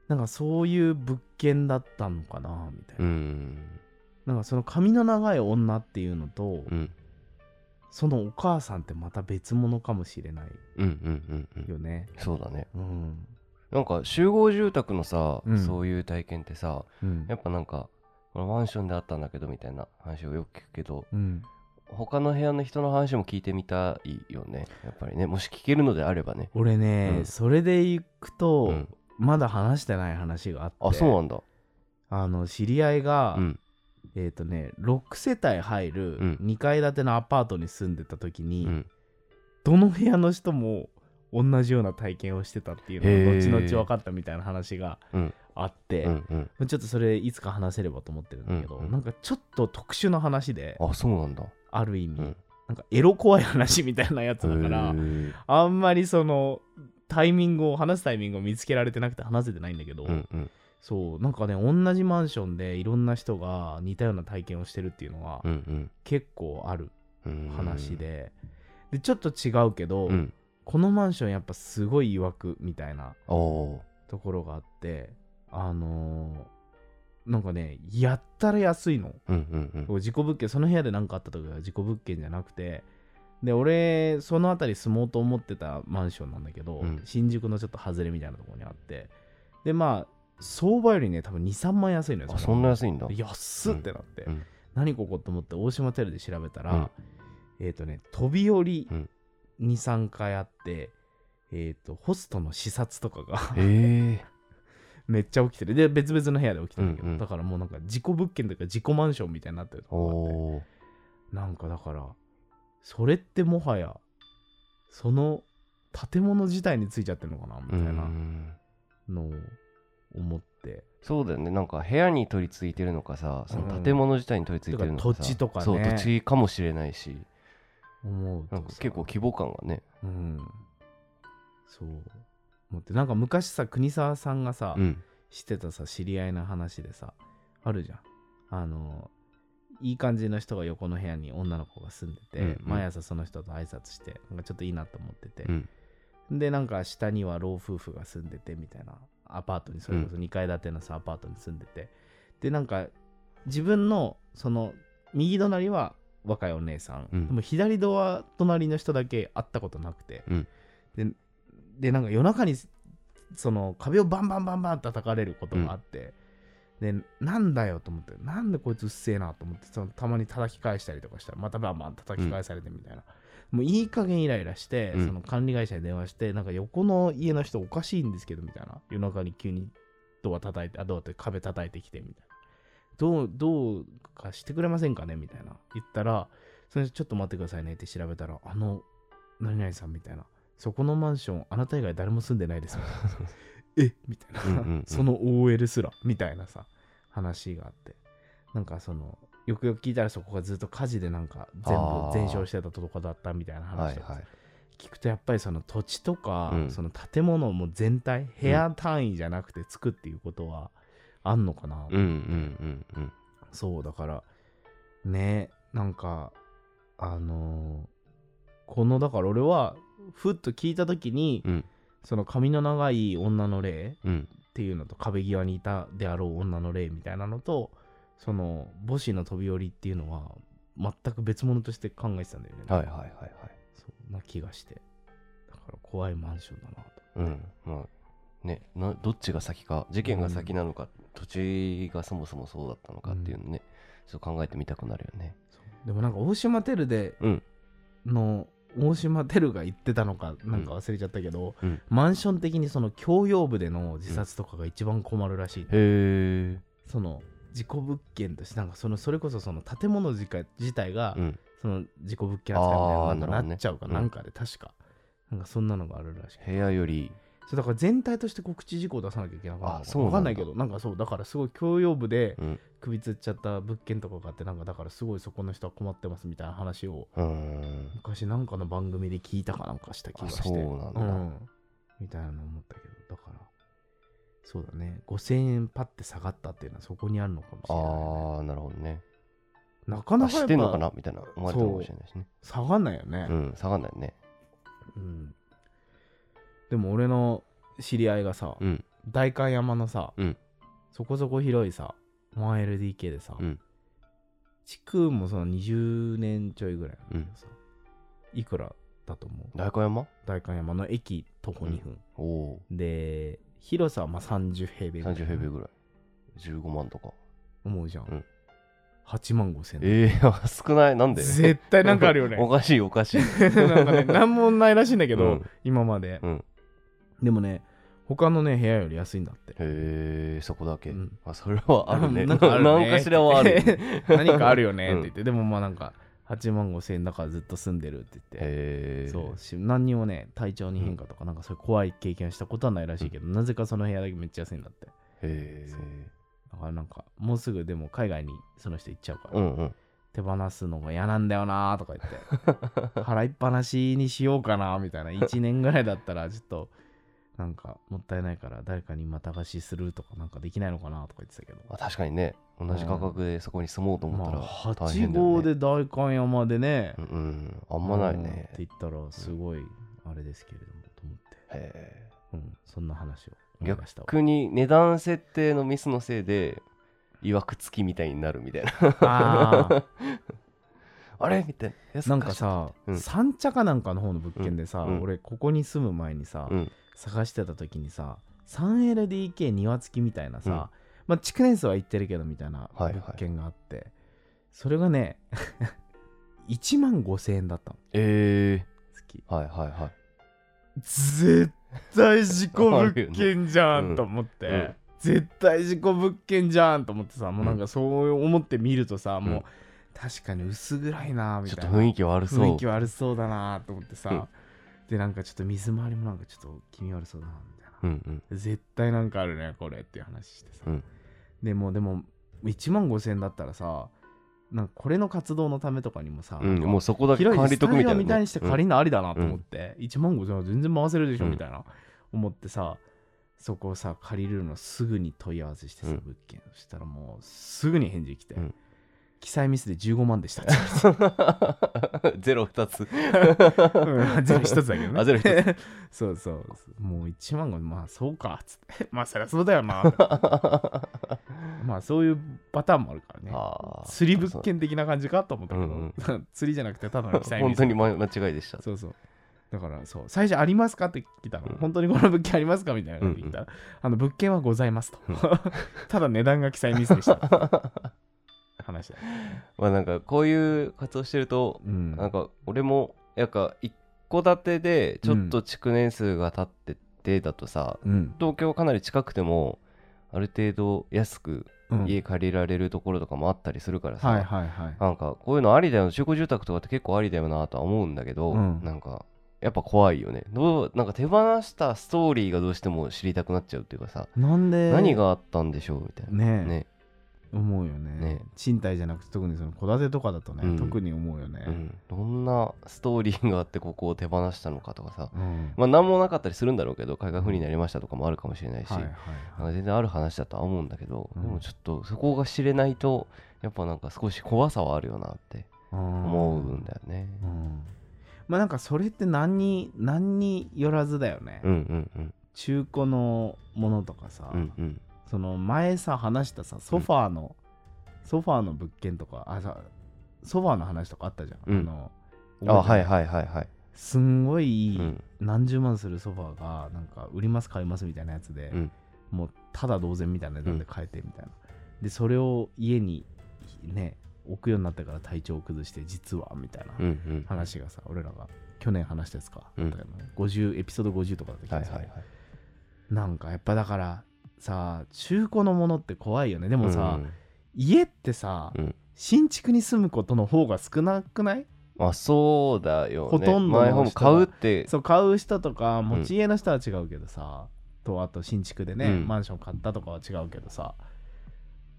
なんかそういう物件だったのかなみたいな、
うん
なんかその髪の長い女っていうのと、
うん
そのお母さんってまた別物かもしれない
うんうんうん
よね
そうだね
うん、
なんか集合住宅のさ、
うん
そういう体験ってさ
うん
やっぱなんかこのマンションであったんだけどみたいな話をよく聞くけど
うん
他の部屋の人の話も聞いてみたいよねやっぱりねもし聞けるのであればね
俺ね、
うん
それで行くと、
うん
まだ話してない話があって
あそうなんだ
あの知り合いが、
うん
えっ、とね6世帯入る
うん
2階建てのアパートに住んでた時
う
に、
ん
どの部屋の人も同じような体験をしてたっていう
へ
の
ー
が後々分かったみたいな話が
うん
あって、
うんうん
ちょっとそれいつか話せればと思ってるんだけど、
うんうん
なんかちょっと特殊な話で
あそうなんだ
ある意味、
うん
なんかエロ怖い話みたいなやつだから
へー
あんまりそのタイミングを話すタイミングを見つけられてなくて話せてないんだけど、
うんうん
そうなんかね同じマンションでいろんな人が似たような体験をしてるっていうのは
うん
結構ある
うん
話で、でちょっと違うけど、
うん
このマンションやっぱすごい曰くみたいな
おお
ところがあってあのーなんかねやったら安いの
ーうんうんうん
事故物件その部屋で何かあった時は事故物件じゃなくてで俺その辺り住もうと思ってたマンションなんだけど、
うん
新宿のちょっと外れみたいなところにあってでまあ相場よりね多分23万安いのよ
あそんな安いんだ
い安っってなって、
うんうん
何ここと思って大島テレで調べたら、えっ、とね飛び降り
うん
23回あってえっ、とホストの視察とかが
ええ
めっちゃ起きてるで別々の部屋で起きてるんだけど、
うんうん
だからもうなんか事故物件というか事故マンションみたいになってると
お
こがあって
おー
なんかだからそれってもはやその建物自体についちゃってるのかなみ
う
たいなんのを思って、
そうだよねなんか部屋に取り付いてるのかさその建物自体に取り付いてるのかさ、
うんてか土地とかね
そう土地かもしれないし
思うと
な
さ
んか結構規模感がね
うんそう思ってなんか昔さ国沢さんがさ、
うん
してたさ知り合いの話でさあるじゃんあのいい感じの人が横の部屋に女の子が住んでて、
うんうん
毎朝その人と挨拶してなんかちょっといいなと思ってて、
うん
でなんか下には老夫婦が住んでてみたいなアパートにそれこそ2階建てのさアパートに住んでてでなんか自分のその右隣は若いお姉さん、
うん
でも左ドア隣の人だけ会ったことなくて、
うん
ででなんか夜中にその壁をバンバンバンバン叩かれることがあって、でなんだよと思ってなんでこいつうっせえなと思ってそのたまに叩き返したりとかしたらまたバンバン叩き返されてみたいな、もういい加減イライラして、
うん
その管理会社に電話してなんか横の家の人おかしいんですけどみたいな夜中に急にドア叩いてあドアって壁叩いてきてみたいなどうどうかしてくれませんかねみたいな言ったらそれちょっと待ってくださいねって調べたらあの何々さんみたいなそこのマンションあなた以外誰も住んでないです みたいなえみたいな
うんうんうん
その OL すらみたいなさ話があってなんかそのよくよく聞いたらそこがずっと火事でなんか全
あー
部全焼してたとこだったみたいな
は
話
い
とか
はい。
聞くとやっぱりその土地とか、
うん
その建物も全体部屋単位じゃなくて作っていうことはあんのかな、
うんうんうんうん。
そうだからねなんかあのーこのだから俺はふっと聞いた時に、
うん
その髪の長い女の霊
うん
っていうのと壁際にいたであろう女の霊みたいなのとその母子の飛び降りっていうのは全く別物として考えてたんだよね、
はいはいはいはい。
そんな気がしてだから怖いマンションだなと
うん、まあねなどっちが先か事件が先なのか、土地がそもそもそうだったのかっていうのね、そう考えてみたくなるよね。
でもなんか大島テルで
うん
の大島テルが言ってたのかなんか忘れちゃったけど、
うん
マンション的にその共用部での自殺とかが一番困るらしい、
へえ。
その事故物件としてなんかそのそれこそその建物自体自体が
うん
その事故物件扱いみたいな
あー
の
なるほ
が
どね
なっちゃうか
うん
なんかで確か、なんかそんなのがあるらしい
部屋より
そうだから全体として告知事項を出さなきゃいけなかったの
あ
か
そうな
分
ん
か
だ
んないけどなんかそうだからすごい共用部で
うん
首つっちゃった物件とかがあってなんかだからすごいそこの人は困ってますみたいな話を
うーん
昔なんかの番組で聞いたかなんかした気がして
あそうなんだ
んみたいなの思ったけどだからそうだね5000円パッて下がったっていうのはそこにあるのかもしれないね、
ああなるほどね。
なかな
あ
かや
知
っ
ってんのか
ぱ
なみたいな思われたのかもしれないしね。
下がんないよね、
うん下がんないね。
うんでも俺の知り合いがさ、
うん
代官山のさ、
うん
そこそこ広いさ 1LDK でさ、
うん
築もその20年ちょいぐらいなんだけどさ、いくらだと思う
大根山
代官山の駅徒歩2分、
おお
で広さはまあ30平米ぐらい
30平米ぐらい。15万とか。
思うじゃん、
うん
8万5千円
ええー、 少ない。なんで
絶対なんかあるよね
おかしいおかしい。
なんかね何もないらしいんだけど、
うん
今まで、
うん
でもね他のね部屋より安いんだって
へえ、そこだけ。
うん
あそれはある ね。
な
なん
かあるね
んかしらはある よね。
何かあるよねっ
う
て
ん
言って、でもまあなんか8万5千円だからずっと住んでるって言って、
へえ。
そうし何にもね体調に変化とかなんかそういう怖い経験したことはないらしいけど、なぜかその部屋だけめっちゃ安いんだって
へえ
そう。だからなんかもうすぐでも海外にその人行っちゃうから、
うんうん。
手放すのが嫌なんだよなとか言って払いっぱなしにしようかなみたいな1年ぐらいだったらちょっとなんかもったいないから誰かにまた貸しするとかなんかできないのかなとか言ってたけど
まあ、確かにね、同じ価格でそこに住もうと思ったら
まあ、
大
8
変だよね
号で代官山でね
うん、うん、あんまない
うんっ
ね。
て言ったらすごいあれですけれどもと思って、
へ
うん、そんな話を
え
思い出したわ
逆に値段設定のミスのせいで、いわくつきみたいになるみたいな。
あー
あれみたいな。安く
なんか
貸しちゃっ
さ、
うん
三茶かなんかの方の物件でさ、
うんうん
俺ここに住む前にさ、
た、うん、
探してた時にさ 3LDK 庭付きみたいなさ、
うん
まあ築年数は言ってるけどみたいな
はいは
物
い
件があって、それがね 1万5000円だったの
え
月
ー、はいはいはい。
絶対事故物件じゃ
あるよ
ん
ね
と思って、
うんうん
絶対事故物件じゃんと思ってさもうなんかそう思って見るとさ、もう確かに薄暗いなみ
ちょったと
いな
雰囲気悪そう。
雰囲気悪そうだなと思ってさ、
うん
でなんかちょっと水回りもなんかちょっと気味悪そうだなみたいな
うんうん。
絶対なんかあるねこれっていう話してさ、
うん
でもうでも1万5000円だったらさなんかこれの活動のためとかにもさ、
うん、もうそこだけ
広
管
い
理
スタ
得み
ジ
た
オ
いなね、
みたいにして
うん
借りるのありだなと思って、1万5000円は全然回せるでしょみたいな、思ってさそこをさ借りるのすぐに問い合わせしてさ、
うん
物件そしたらもうすぐに返事来て、
うん
記載ミスで15万でしたって
ゼロ2つ。
言われてうんゼロ一つだけどね
あゼロ一つ
そうそうもう1万がまあそうかっつって まあそりゃそうだよ なまあそういうパターンもあるからね
あー
釣り物件的な感じかと思ったけど、
うん
釣りじゃなくて ただの記載ミ
本
ス
当に間違いでした。
そうそう。だからそう、最初ありますかって聞いたの。
うん
本当にこの物件ありますかみたいなの聞いたら、あの物件はございますと。 ただ値段が記載ミスでしたって 話だ。
まあなんかこういう活動してると、
うん。
なんか俺も、なんか一戸建てでちょっと築年数が経っててだとさ、
うん。
東京はかなり近くても、ある程度安く
うん
家借りられるところとかもあったりするからさ、
はいはいはい。
なんかこういうのありだよな中古住宅とかって結構ありだよなとは思うんだけど、
うん
なんかやっぱ怖いよねどうなんか手放したストーリーがどうしても知りたくなっちゃうっていうかさ、
なんで
何があったんでしょうみたいな
ねえ
ね
思うよね
ね
賃貸じゃなくて特にその戸建てとかだとね、
うん
特に思うよね。
うん、どんなストーリーがあってここを手放したのかとかさ
うん
まあ何もなかったりするんだろうけど海外風になりましたとかもあるかもしれないし、
はいはい
なん
はい。
か全然ある話だとは思うんだけど、
うん
でもちょっとそこが知れないとやっぱなんか少し怖さはあるよなって思
思
うんだよね、
うん。まあなんかそれって何に何によらずだよね、
うん、うんうん
中古のものとかさ、
うんうん
その前さ話したさソファーの、ソファーの物件とかあさソファーの話とかあったじゃん、
うん
あの
あ
覚
は
え
い
てる
はいはいはい、
すんごいいい、
うん
何十万するソファーがなんか売ります買いますみたいなやつで、
うん
もうただ同然みたいな値段で買えてみたいな、でそれを家にね置くようになってから体調を崩して実はみたいな
うんうん、
話がさ、俺らが去年話したやつか、
うん
だからね50エピソード50とかだった気
は
が
いはい
する
はい
なんかやっぱだからさ中古のものって怖いよねで
で
もさ、家ってさ、
うん
新築に住むことの方が少なくない
まあそうだよね
ほとんどの人が
マイホーム買うって
そう買う人とか
ん
持ち家の人は違うけどさ、とあと新築でね、
うん
マンション買ったとかは違うけどさ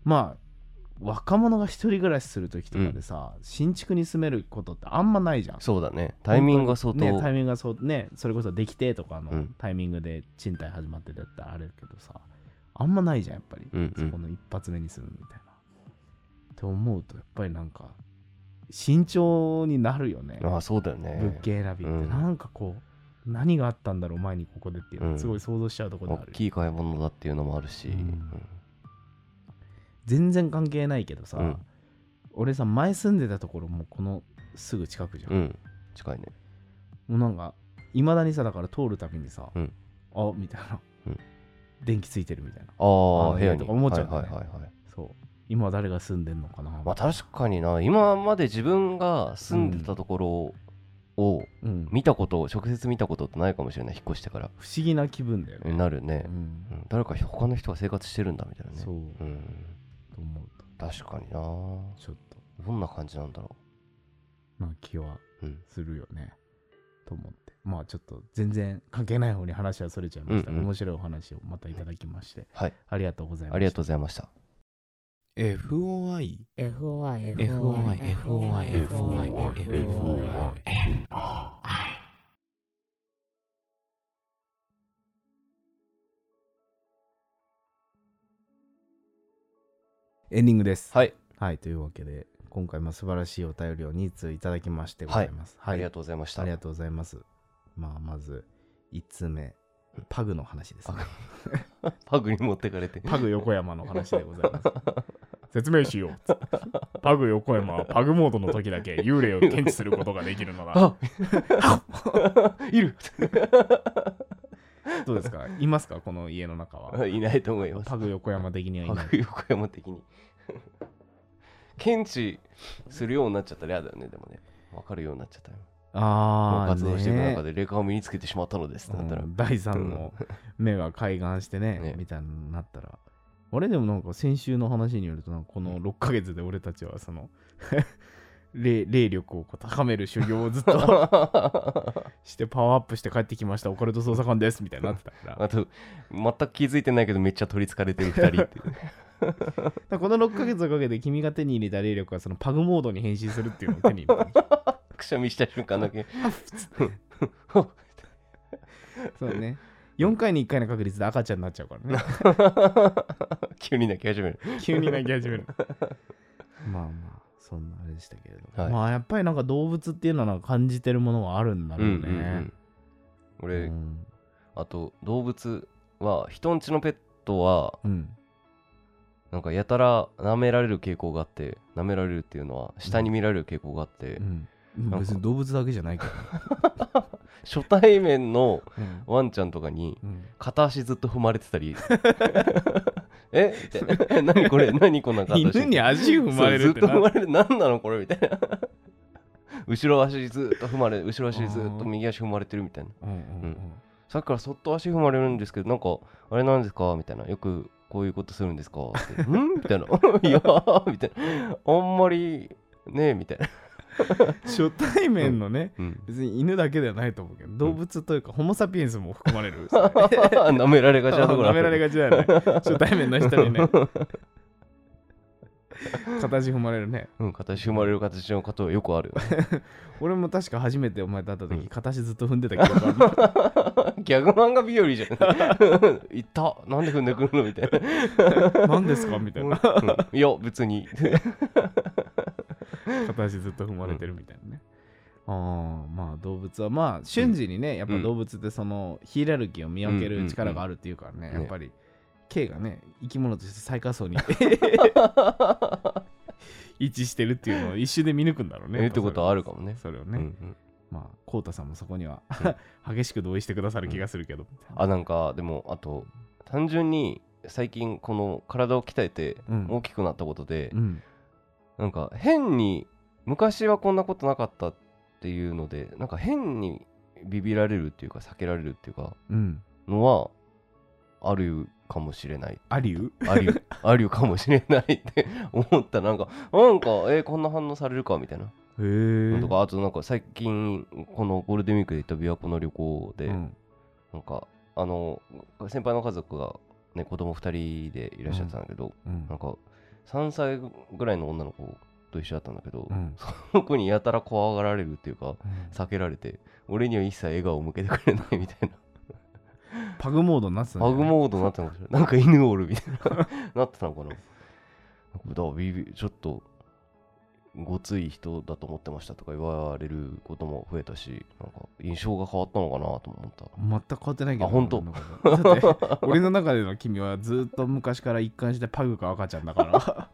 まあ若者が一人暮らしする時とかでさ、新築に住めることってあんまないじゃん
そうだねタイミングが相当、
ね、タイミングがそうねそれこそできてとか
う
の
ん
タイミングで賃貸始まってだったらあれだけどさあんまないじゃんやっぱり、
うんう
そこ
ん
の一発目にするみたいなって思うとやっぱりなんか慎重になるよね
あそうだよね
物件選びって、
うん
なんかこう何があったんだろう前にここでっていうの
う
が
ん
すごい想像しちゃうところであ
大
る、
きい買い物だっていうのもあるし、
うん
うん
全然関係ないけどさ、
うん
俺さ前住んでたところもうこのすぐ近くじゃん、
うん近いね
もうなんか、いまだにさ、だから通るたびにさ、
うん
あみたいな、
うん
電気ついてるみたいな。
ああ
あ
部屋
と
に
か思っちゃうんだよ
はい
ね
はいはいはい
そう。今誰が住んでんのかな
まあ確かにな今まで自分が住んでたところを
うん、不
見たこと、直接見たことってないかもしれない引っ越してから
思議な気分だよね。
なるね
う、ん
うん誰か他の人が生活してるんだみたいなね
そう、
うん
と思うと、
確かになど
ちょっと、
んな感じなんだろ
なんか気は
ううん
するよね。と思って。まあちょっと、全然関係ない方に話はそれちゃいましたが、
うんうん
面白いお話をまたいただきまして、
はい
ありがとうございました。
ありがとうございました
FOI
FOI
FOI
FOI
FOI
FOI
FOI
エンディングです。
はい
はい、というわけで、今回も素晴らしいお便りを2通いただきましてございます。
あ
はい
りがとうございました
ありがとうございます。まあ、まず、1つ目、パグの話です、ね。
パグに持ってかれて
パグ横山の話でございます。 説明しよう。パグ横山はパグモードの時だけ幽霊を検知することができるのだ。
あいる
どうですかいますかこの家の中は。
いないと思います
パグ横山的にはいない。
白横山的に 検知するようになっちゃったら嫌だよねでもね分かるようになっちゃったよも
あ
う
あ、
活動していく中
ね
で霊感を身につけてしまったのですってなったら、
うん第3の目が開眼して ね、
ね
みたいになったら。あれでもなんか先週の話によると、なんかこの6ヶ月で俺たちはその 霊、霊力をこう高める修行をずっ としてパワーアップして帰ってきました、オカルト捜査官ですみたいになってたから。
あと全く気づいてないけどめっちゃ取りつかれてる2人っ ていう
だからこの6ヶ月をかけて君が手に入れた霊力はそのパグモードに変身するっていうのを手に入れ た。
くしゃみした瞬間だけ
そうね。 4回に1回の確率で赤ちゃんになっちゃうからね
急に泣き始める。
急に泣き始めるまあまあそんなあれでしたけれども、
はい
まあやっぱりなんか動物っていうのはなんか感じてるものはあるんだろうね、
うんうんうん
う
俺、
ん
あと動物は人んちのペットは
うん
なんかやたら舐められる傾向があって舐められるっていうのは下に見られる傾向があって、
うん
なんか
別に動物だけじゃないけど、
初対面の
うん
ワンちゃんとかに
うん
片足ずっと踏まれてたり えって何これ何こんな片足
犬に足踏まれる
そう
っ
ず
て
っと踏
な
まれる何なのこれみたいな後ろ足ずっと踏まれ後ろ足ずっと右足踏まれてるみたいな
うんうんうん
さっきからそっと足踏まれるんですけど、なんか、あれなんですかみたいな。よくこういうことするんですかって んみたいな。いやーみたいな。あんまり、ねえ、みたいな。
初対面のね、
うん。
別に犬だけではないと思うけど動物というかホモ・サピエンスも含ま れる
舐められがちなところ
舐められ
が
がちだよね初対面の人に ね片足踏まれるね
うん、片足踏まれる形のことはよくある。
俺も確か初めてお前と会った時片足ずっと踏んでたけ ど
ギャグ漫画日和じゃん。い った、なんで踏んでくるのみたいな。
何ですかみたいな
うんいや、別に。
片足ずっと踏まれてるみたいなね、ああまあ動物はまあ瞬時にね、やっぱ動物ってそのヒエラルキーを見分ける力があるっていうからね、
うんうん
やっぱり K がね生き物として最下層 に位置してるっていうのを一瞬で見抜くんだろうね
えってことはあるかも
ね
ね。
それを
うんう
ね、
ん
まあコウタさんもそこには 激しく同意してくださる気がするけど、
あ、なんか、でも、あと、単純に、最近、この体を鍛えて
うん
大きくなったことで、
うん
なんか変に昔はこんなことなかったっていうのでなんか変にビビられるっていうか避けられるっていうか
うん
のはあるかもしれない
アリウ
ある あるかもしれないって思ったなんかなんかえーこんな反応されるかみたいな
へえ、
のとかあとなんか最近このゴールデンウィークで行った琵琶湖の旅行で、
うん
なんかあの先輩の家族がね子供2人でいらっしゃったんだけど、
うん
なんか3歳ぐらいの女の子と一緒だったんだけど、
うん
僕にやたら怖がられるっていうか
うん
避けられて俺には一切笑顔を向けてくれないみたいな
パグモードになってたんだ
バ
よ
グ
ね
モードになったのかしら なんか犬おるみたいななってたのかななんかだからビビちょっとごつい人だと思ってましたとか言われることも増えたしなんか印象が変わったのかなとも思った
全 く変わってないけど
あ本当
俺の中でだって俺の中での君はずっと昔から一貫してパグか赤ちゃんだから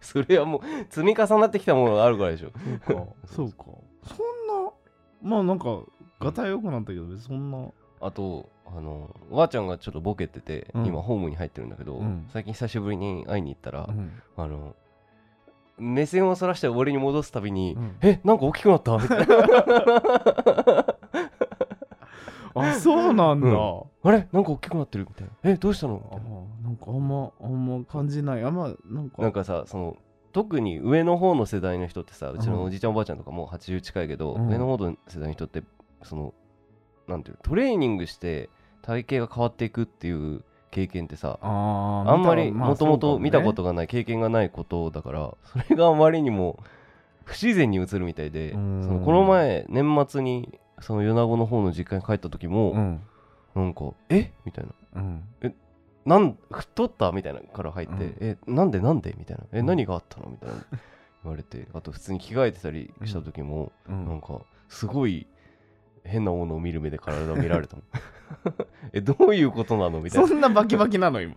それはもう積み重なってきたものがあるからでしょ
そうかそうかそんなまあなんかがたい良くなったけど別にそんな
あとあのおばあちゃんがちょっとボケてて、
うん
今ホームに入ってるんだけど、
うん
最近久しぶりに会いに行ったら、
うん
あの目線をそらして俺に戻すたびに、
うん
えなんか大きくなったみたいな
あそうなんだ、
うん
あー
あれなんか大きくなってるみたいなえどうしたのみたい
なんかあんまあんま感じないあんまなんか
ななんかさその特に上の方の世代の人ってさうち
うん
のおじいちゃんおばあちゃんとかもう80近いけど、
うん
上の方の世代の人ってそのなんていうのトレーニングして体型が変わっていくっていう経験ってさ
あー
あんまり
見た
もともと見たこ、
あ
とがない経験がないことだからそれがあまりにも不自然に映るみたいで
う
そ
ーん
のこの前年末にその米子の方の実家に帰った時
そうか
も
もね
なんか「えみたいな
うんうん
「なん太った?」みたいなから入って
う
「
ん
えなんでなんで?」みたいな「え
うん
何があったの?」みたいな言われてあと普通に着替えてたりした時も
う
なん
ん
かすごい変なものを見る目で体を見ら れたもんえどういうことなのみたいな
そんなバキバキなの今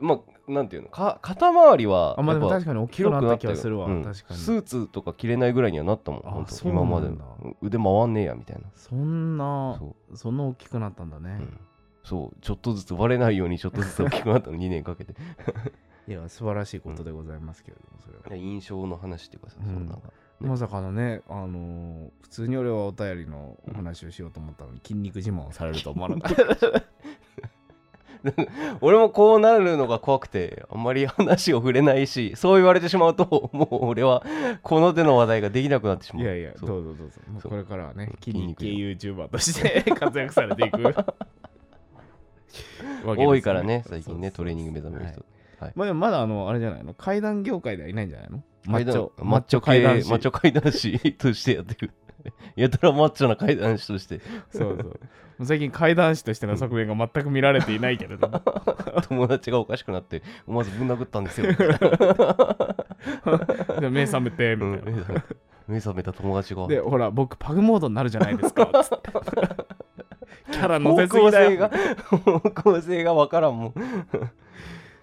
まあなんていうのか肩周りは
あまあでも
やっぱ
確かに大きく
広
なっ
くな
た
っ
気
たよ
がするわ、
うん
確かに
スーツとか着れないぐらいにはなったもん
あ
本当
そうな
今
んだ
までの腕回んねえやみたいな
そんな
そ
そんな大きくなったんだね、
う、うんそうちょっとずつバレないようにちょっとずつ大きくなったの2年かけて
いや素晴らしいことでございますけれどもそれは、
印象の話っていうかさ、
うん
そんなんか
まさかのね、あのー普通に俺はお便りのお話をしようと思ったのに筋肉自慢をされると思わなかった
俺もこうなるのが怖くてあんまり話を触れないしそう言われてしまうともう俺はこの手の話題ができなくなっ てしまう
いやいや
そう
どうぞどうぞもう
そう
これからはね
うん
筋肉系
筋
YouTuber として 活躍されていくわけですね
多いからね最近ね
そうそうそう
トレーニング目覚める
は
人
い、まあでもまだあのあれじゃないの階段業界ではいないんじゃないのマ
階
ッチ
段
ョ
マッチョ系マ
階
ッ
段
チョ
師
階段師としてやってるやたらマッチョな怪談師 として
そうそうもう最近怪談師としての側面が全く見られていないけれ ども
友達がおかしくなって思わずぶん殴ったんで すよ、
でも目覚めてみ
う
たい
ん
な、
目覚め目覚めた友達が
でほら僕パグモードになるじゃない ですかつってキャラ乗
方
せす
向
ぎだ
性が
よ
方向性がわからんもん、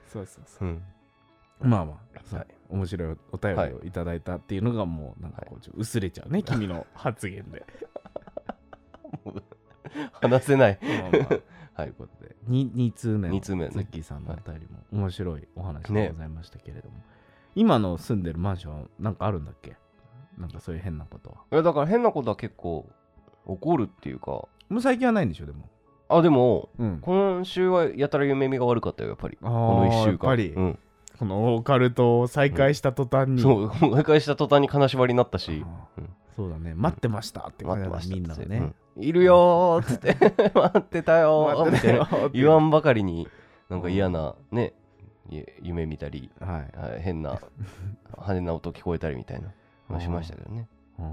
そうそうそ
うん、
うまあまあそう
はい
面白いお便りをいただいたっていうのがもうなんかこうちょっと薄れちゃうね、君の発言 で
話せない
まあまあ
は
とい
いう
ことで 2, 通目の
二通目ね
ツッキーさんのお便りも面白いお話で
ね
ございましたけれども、今の住んでるマンションはなんかあるんだっけなんかそういう変なことは。
いやだから変なことは結構起こるっていうか
もう最近はないんでしょ、でも。
あでも
うん、こ
今週はやたら夢見が悪かったよやっぱり
あー
この1週間
やっぱり
うん、
のオカルトを再開した途端に。
そう思い返した途端に金縛りになったし
あー
うん
そうだね、待ってました って感
待
じ
っ
だね
てました
みんなの
っつっ
ね。
てうんいるよーっつって 待ってたよー
待
み
って
た
た
い
よー
な
って
言わんばかりになんか嫌なねゆ夢見たり
はい。
はい変な派手な音聞こえたりみたいなのしましたけどね
うん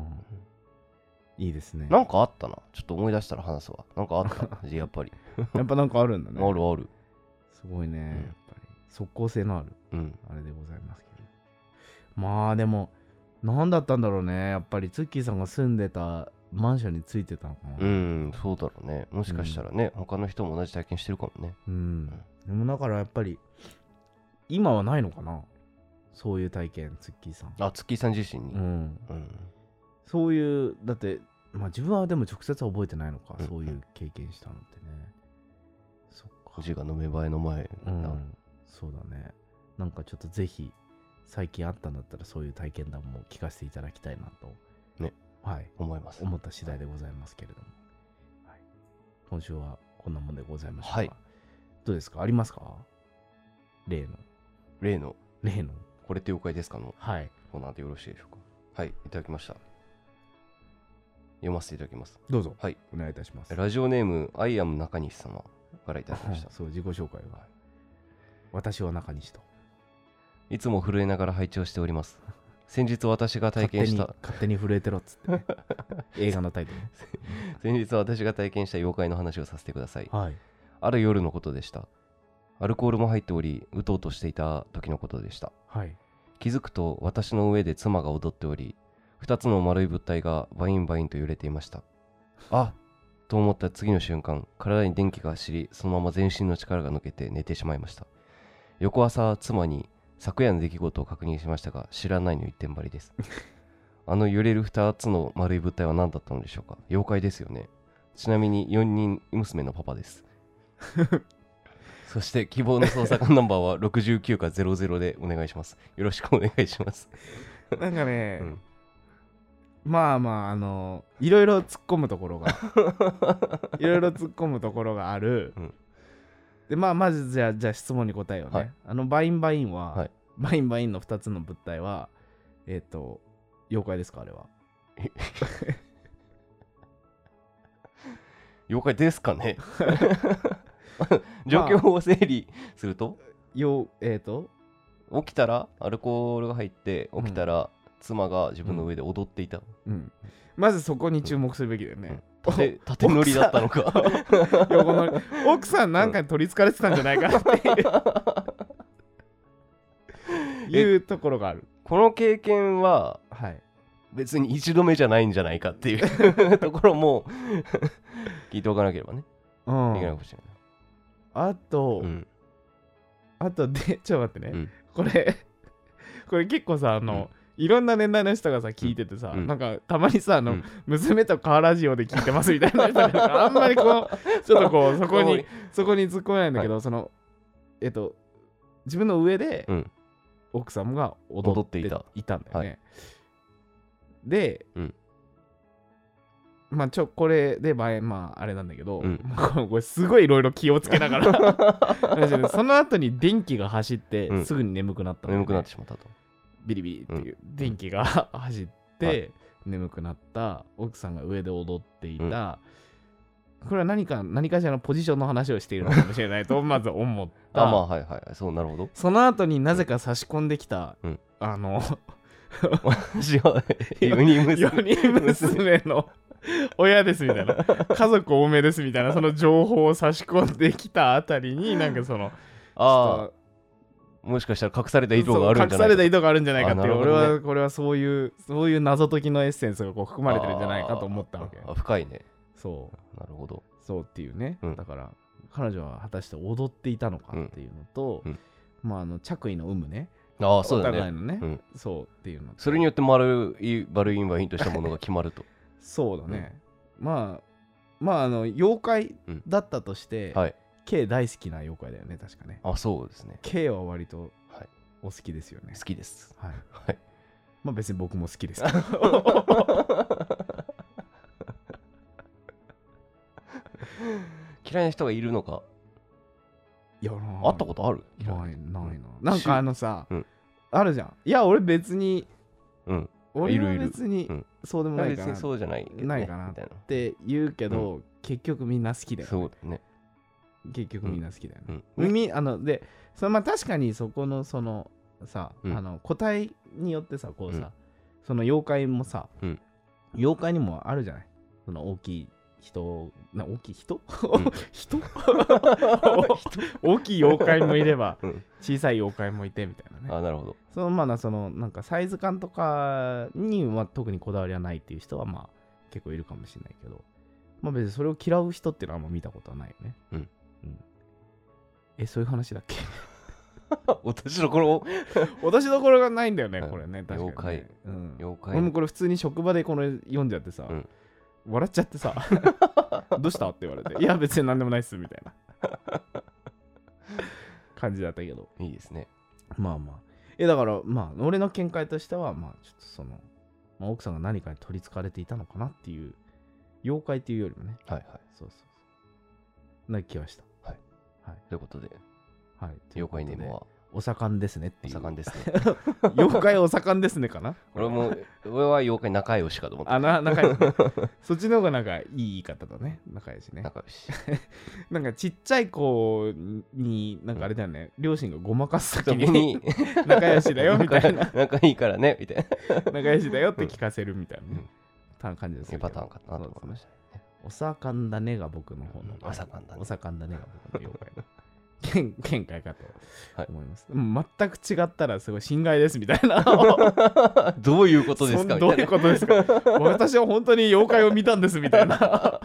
いいですね。
なんかあったなちょっと思い出したら話すわなんかあった やっぱり
やっぱなんかあるんだ
あ
ね。
るある
すごいね、やっぱり。即効性のある。
うん
あれでございますけどまあでも何だったんだろうねやっぱりツッキーさんが住んでたマンションについてたのかな
うんそうだろうねもしかしたらね他の人も同じ体験してるかもね
うん、でもだからやっぱり今はないのかなそういう体験ツッキーさん
あ月井さん自身
う
に
ん
うん
そういうだってまあ自分はでも直接は覚えてないのか
うん
そういう経験したのってねそっか
字が飲めばえの前
うんそうだねなんかちょっとぜひ最近あったんだったらそういう体験談も聞かせていただきたいなと
ね
はい
思います
思った次第でございますけれども、はい、今週はこんなもんでございましょうか、
はい
どうですかありますか例の
例の
例の
これって妖怪ですかの
はい
コーナーでよろしいでしょうかはいいただきました読ませていただきます
どうぞ
はい
お願いいたします
ラジオネームアイアム中西様からいただきました
そう自己紹介が、私は中西と
いつも震えながら拝聴しております先日私が体
勝
験
手
し
に
た
勝手に震えてろっつって ね、映画のタイト
先日私が体験した妖怪の話をさせてください
ルはい
ある夜のことでしたアルコールも入っておりうとうとしていた時のことでした
はい
気づくと私の上で妻が踊っており2つの丸い物体がバインバインと揺れていましたあと思った次の瞬間体に電気が走りそのまま全身の力が抜けて寝てしまいました翌朝妻に昨夜の出来事を確認しましたが知らないの一点張りですあの揺れる2つの丸い物体は何だったのでしょうか妖怪ですよねちなみに4人娘のパパですそして希望の捜査官ナンバーは69か00でお願いしますよろしくお願いします。
なんかね
うん
まあまああのいろいろ突っ込むところ がいろいろ突っ込むところがある、
うん
でまあまずじゃあじゃあ質問に答えようね、
はい
あのバインバインは、
はい
バインバインの2つの物体はえっ、と妖怪ですかあれは
妖怪です かね状況を整理すると、
よえっ、と
起きたらアルコールが入って起きたら妻が自分の上で踊っていた、
うんまずそこに注目するべきだよね、
縦縦乗りだったのか
横の奥さんなんかに取りつかれてたんじゃないかなって いういうところがある
この経験は
はい
別に一度目じゃないんじゃないかっていう ところも聞いておかなければね、
う
いけないか
ん、
もしれない
あと、
うん
あとで、 ちょっと待ってね。
うん
これ、 これ結構さ、あの、いろんな年代の人がさ、聞いててさ、
うん
なんかたまにさ、あの、
うん
娘とカーラジオで聞いてますみたいな人がいるから、あんまりこう、ちょっとこう、そこに、 そこに突っ込めないんだけど、その、えっと、自分の上で、
うん
奥さんが踊ってい
踊
た
っ
んだよね。で、
うん
まあ、ちょこれで前まああれなんだけど、
うん
まあ これこれすごいいろいろ気をつけながら 話してるその後に電気が走って、
うん
すぐに眠くなったんだよね
眠くなってしまったと
ビリビリっていう、電気が 走って、
はい
眠くなった奥さんが上で踊っていた、これは何か何かしらのポジションの話をしているのかもしれないとまず思った
あまあはいはいそうなるほど
その後になぜか差し込んできた、
うん
あの
私 はユニムス
4人娘の親ですみたいな家族多めですみたいなその情報を差し込んできたあたりになんかその
ああもしかしたら隠された意図があるんじ
そう隠
ゃない
された意図があるんじゃないかっていう
あなるほ
俺
どね
はこれはそういうそういう謎解きのエッセンスがこう含まれてるんじゃないかと思ったわけ
あーあ深いね
そう
なるほど
そうっていうね、
うん
だから彼女は果たして踊っていたのかっていうのと、
うんうん
まああの着衣の有無ね
ああそうだ
お互い
ね
のね、
うん
そうっていうのと
それによって丸い丸いインバインとしたものが決まる と
そうだね、まあまああの妖怪だったとして、
はい
K 大好きな妖怪だよね確かね
あそうですね
K は割と
はい
お好きですよね
好きです
はい、
はい
まあ別に僕も好きですけ ど
嫌いな人がいるのか
いや
会ったことある嫌い
ないな
な
いな
うん
なんかあのさ、
うん
あるじゃんいや俺別に
うん
俺はい
るいる
別に
うん
そうでも
人
ない
別
かな
に
っ
そうじゃないけどね
ないかな
みたい
て言うけど、結局みんな好きだ
な
よ、
そ
ね
う、だね
結局みんな好きだよね、
うん
耳あのでそのまあ確かにそこのそのさ、
うん
あの個体によってさこうさ、
うん
その妖怪もさ、
うん
妖怪にもあるじゃないその大きい人な大きい人、
ん
人大きい妖怪もいれば
うん
小さい妖怪もいてみたいなね
あなるほど
そのまあなそのなんかサイズ感とかには特にこだわりはないっていう人はまあ結構いるかもしれないけどまあ別にそれを嫌う人っていうのはあんま見たことはないよね
うん、
うんえそういう話だ っけ
あ私のこの
落としどころがないんだよね
うん
これね確かにね
妖怪
うん
妖怪
俺もこれ普通に職場でこれ読んじゃってさ、
うん
笑っちゃって さどうしたって言われていや別に何でもないっすみたいな 感じだったけど
いいですね
まあまあ。え、だから、まあ、俺の見解としては、まあ、ちょっとその、まあ、奥さんが何かに取りつかれていたのかなっていう、妖怪っていうよりもね、
はいはい
そうそうそう。な気はした。
ということで
はい。
妖怪ネ
という
モ
こ
は
とでお盛んですねって
お
いう。
盛んですね
妖怪お盛んですねかな。
俺も俺は妖怪仲良しかと思った
あな、仲良し、ね。そっちの方がなんかいい言い方だね。仲良しね。
仲良し
なんかちっちゃい子に、なんかあれだよね、両親がごまかす
そこ
先に、
に
仲良しだよみたいな、
仲仲いいからねみたい
仲良しだよって聞かせるみたいなね、た感じです
な
る
パ
けど
ターンかなと思いました
お盛んだねが僕の方の。
お盛んだね
お盛んだねが僕 の妖怪の。見見解か
は
と
い
思います。うん全く違ったらすごい侵害ですみたいな。
どういうことです
そ
か
ん
み
どう
たい
いう
な
ことですか私は本当に妖怪を見たんですみたい な。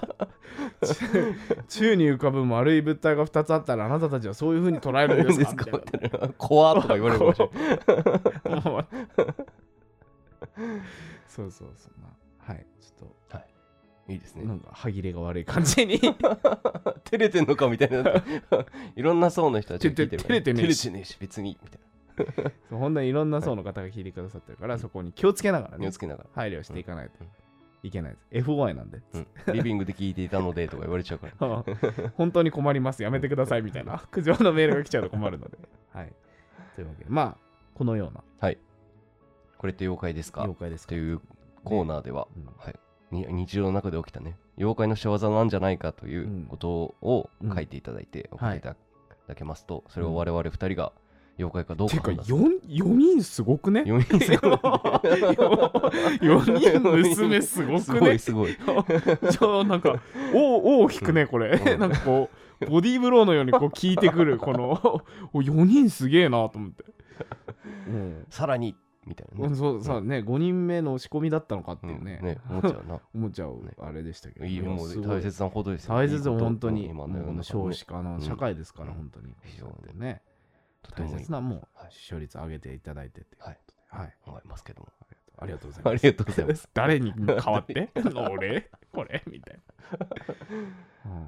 宙に浮かぶ丸い物体が2つあったらあなたたちはそういうふうに捉えるんですかみたいな
みたいな怖っとか言われるかもしれない
もうそうそうそう。まあはい。ちょっ
いいです
とな
ね
んか歯切れが悪い感じに。
照れてんのかみたいないろんな層の人たちが聞いてるから
照れてねえし
照れてねえし別にみたい
そう本当にいろんな層の方が聞いてくださってるから、そこに気をつけながら
な気
ね
をつ、けながら
配慮していかないと
うん
いけないです。FOI なんで、
うんリビングで聞いていたのでとか言われちゃうから
本当に困ります、やめてくださいみたいな苦情のメールが来ちゃうと困るの で。はい、というわけで、まあ、このような
これって妖怪ですか
妖怪です
と
けど、
いうコーナーでは
うん
はいに日常の中で起きたね妖怪の仕業なんじゃないかとい
うん
うことを書いていただいて
ん
送っていただけますとそれを我々二人が妖怪かどう
て
か
いうか
判断する
4, 四人すごくね
四人すごい
4人娘すご
す
く
ご
ね
いすごい
ちょなんかお大きくねこれ、
うん
なんかこうボディーブローのようにこう効いてくるこのお4人すげえなと思って、うん
さらにみたいな
う
ね
ん、そうさね5人目の仕込みだったのかって
う
いうんね,、
ね思っちゃ うな
思っちゃう
ね
あれでしたけど、
いいよもう
すご
大切なことですよ
大切
いいこと
本当に
うん
も
今
うこ
の世の
の
中
少
の
子化
う
の
ん
社会ですから、
うん
本当に
非常に
ね
とて
大
もいい
切なもう
はい
視聴率上げていただいてっていう
はい
はい
思いますけども
ありがとうござい
あ
ます
りがとうございます
誰に変わって 俺これみたいな、うん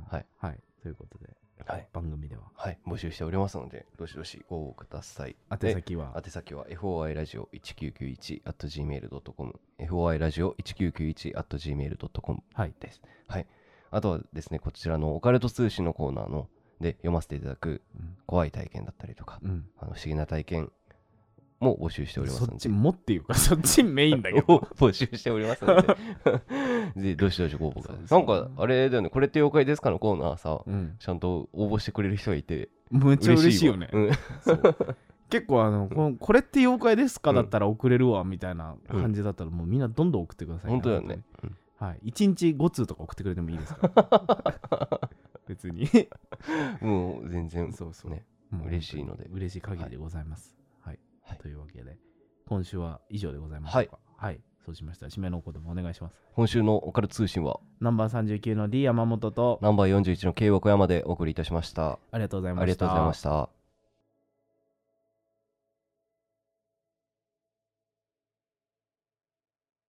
はい、
はい、ということで、
はい
番組では
はい募集しておりますのでどしどしご応募ください
宛先は
宛先は foi ラジオ1991 at gmail.com foi ラジオ1991 at gmail.com
はい
です、はい、あとはですねこちらのオカルト通信のコーナーので読ませていただく
うん
怖い体験だったりとか、
うん
あの不思議な体験も募集しております
そ
の
っ
で
ちもっていうか、 そっちメインだけど。
募集しておりますので ぜひどしどしご応募ください
そう
な
です
ん
ね
かあれだよねこれって妖怪ですかのコーナーさ
うん、
ちゃんと応募してくれる人がいて
めっちゃ嬉しいよね。
嬉しいわうん
そう結構あのこのこれって妖怪ですか
うん
だったら送れるわみたいな感じだったらもうみんなどんどん送ってください、
本当だよね。うん
はい1日5通とか送ってくれてもいいですから 別に
もう全然。
そうそう、
ね
もう
嬉しいので
嬉しい限りでございますはい、
はい
というわけで今週は以上でございますかはい、そうしましたら締めのお言葉お願いします
今週のオカルト通信は、
ナンバー39の D 山本と
ナンバー41の K 和小山でお送りいたしました。
ありがとうございま
ありがとうございました。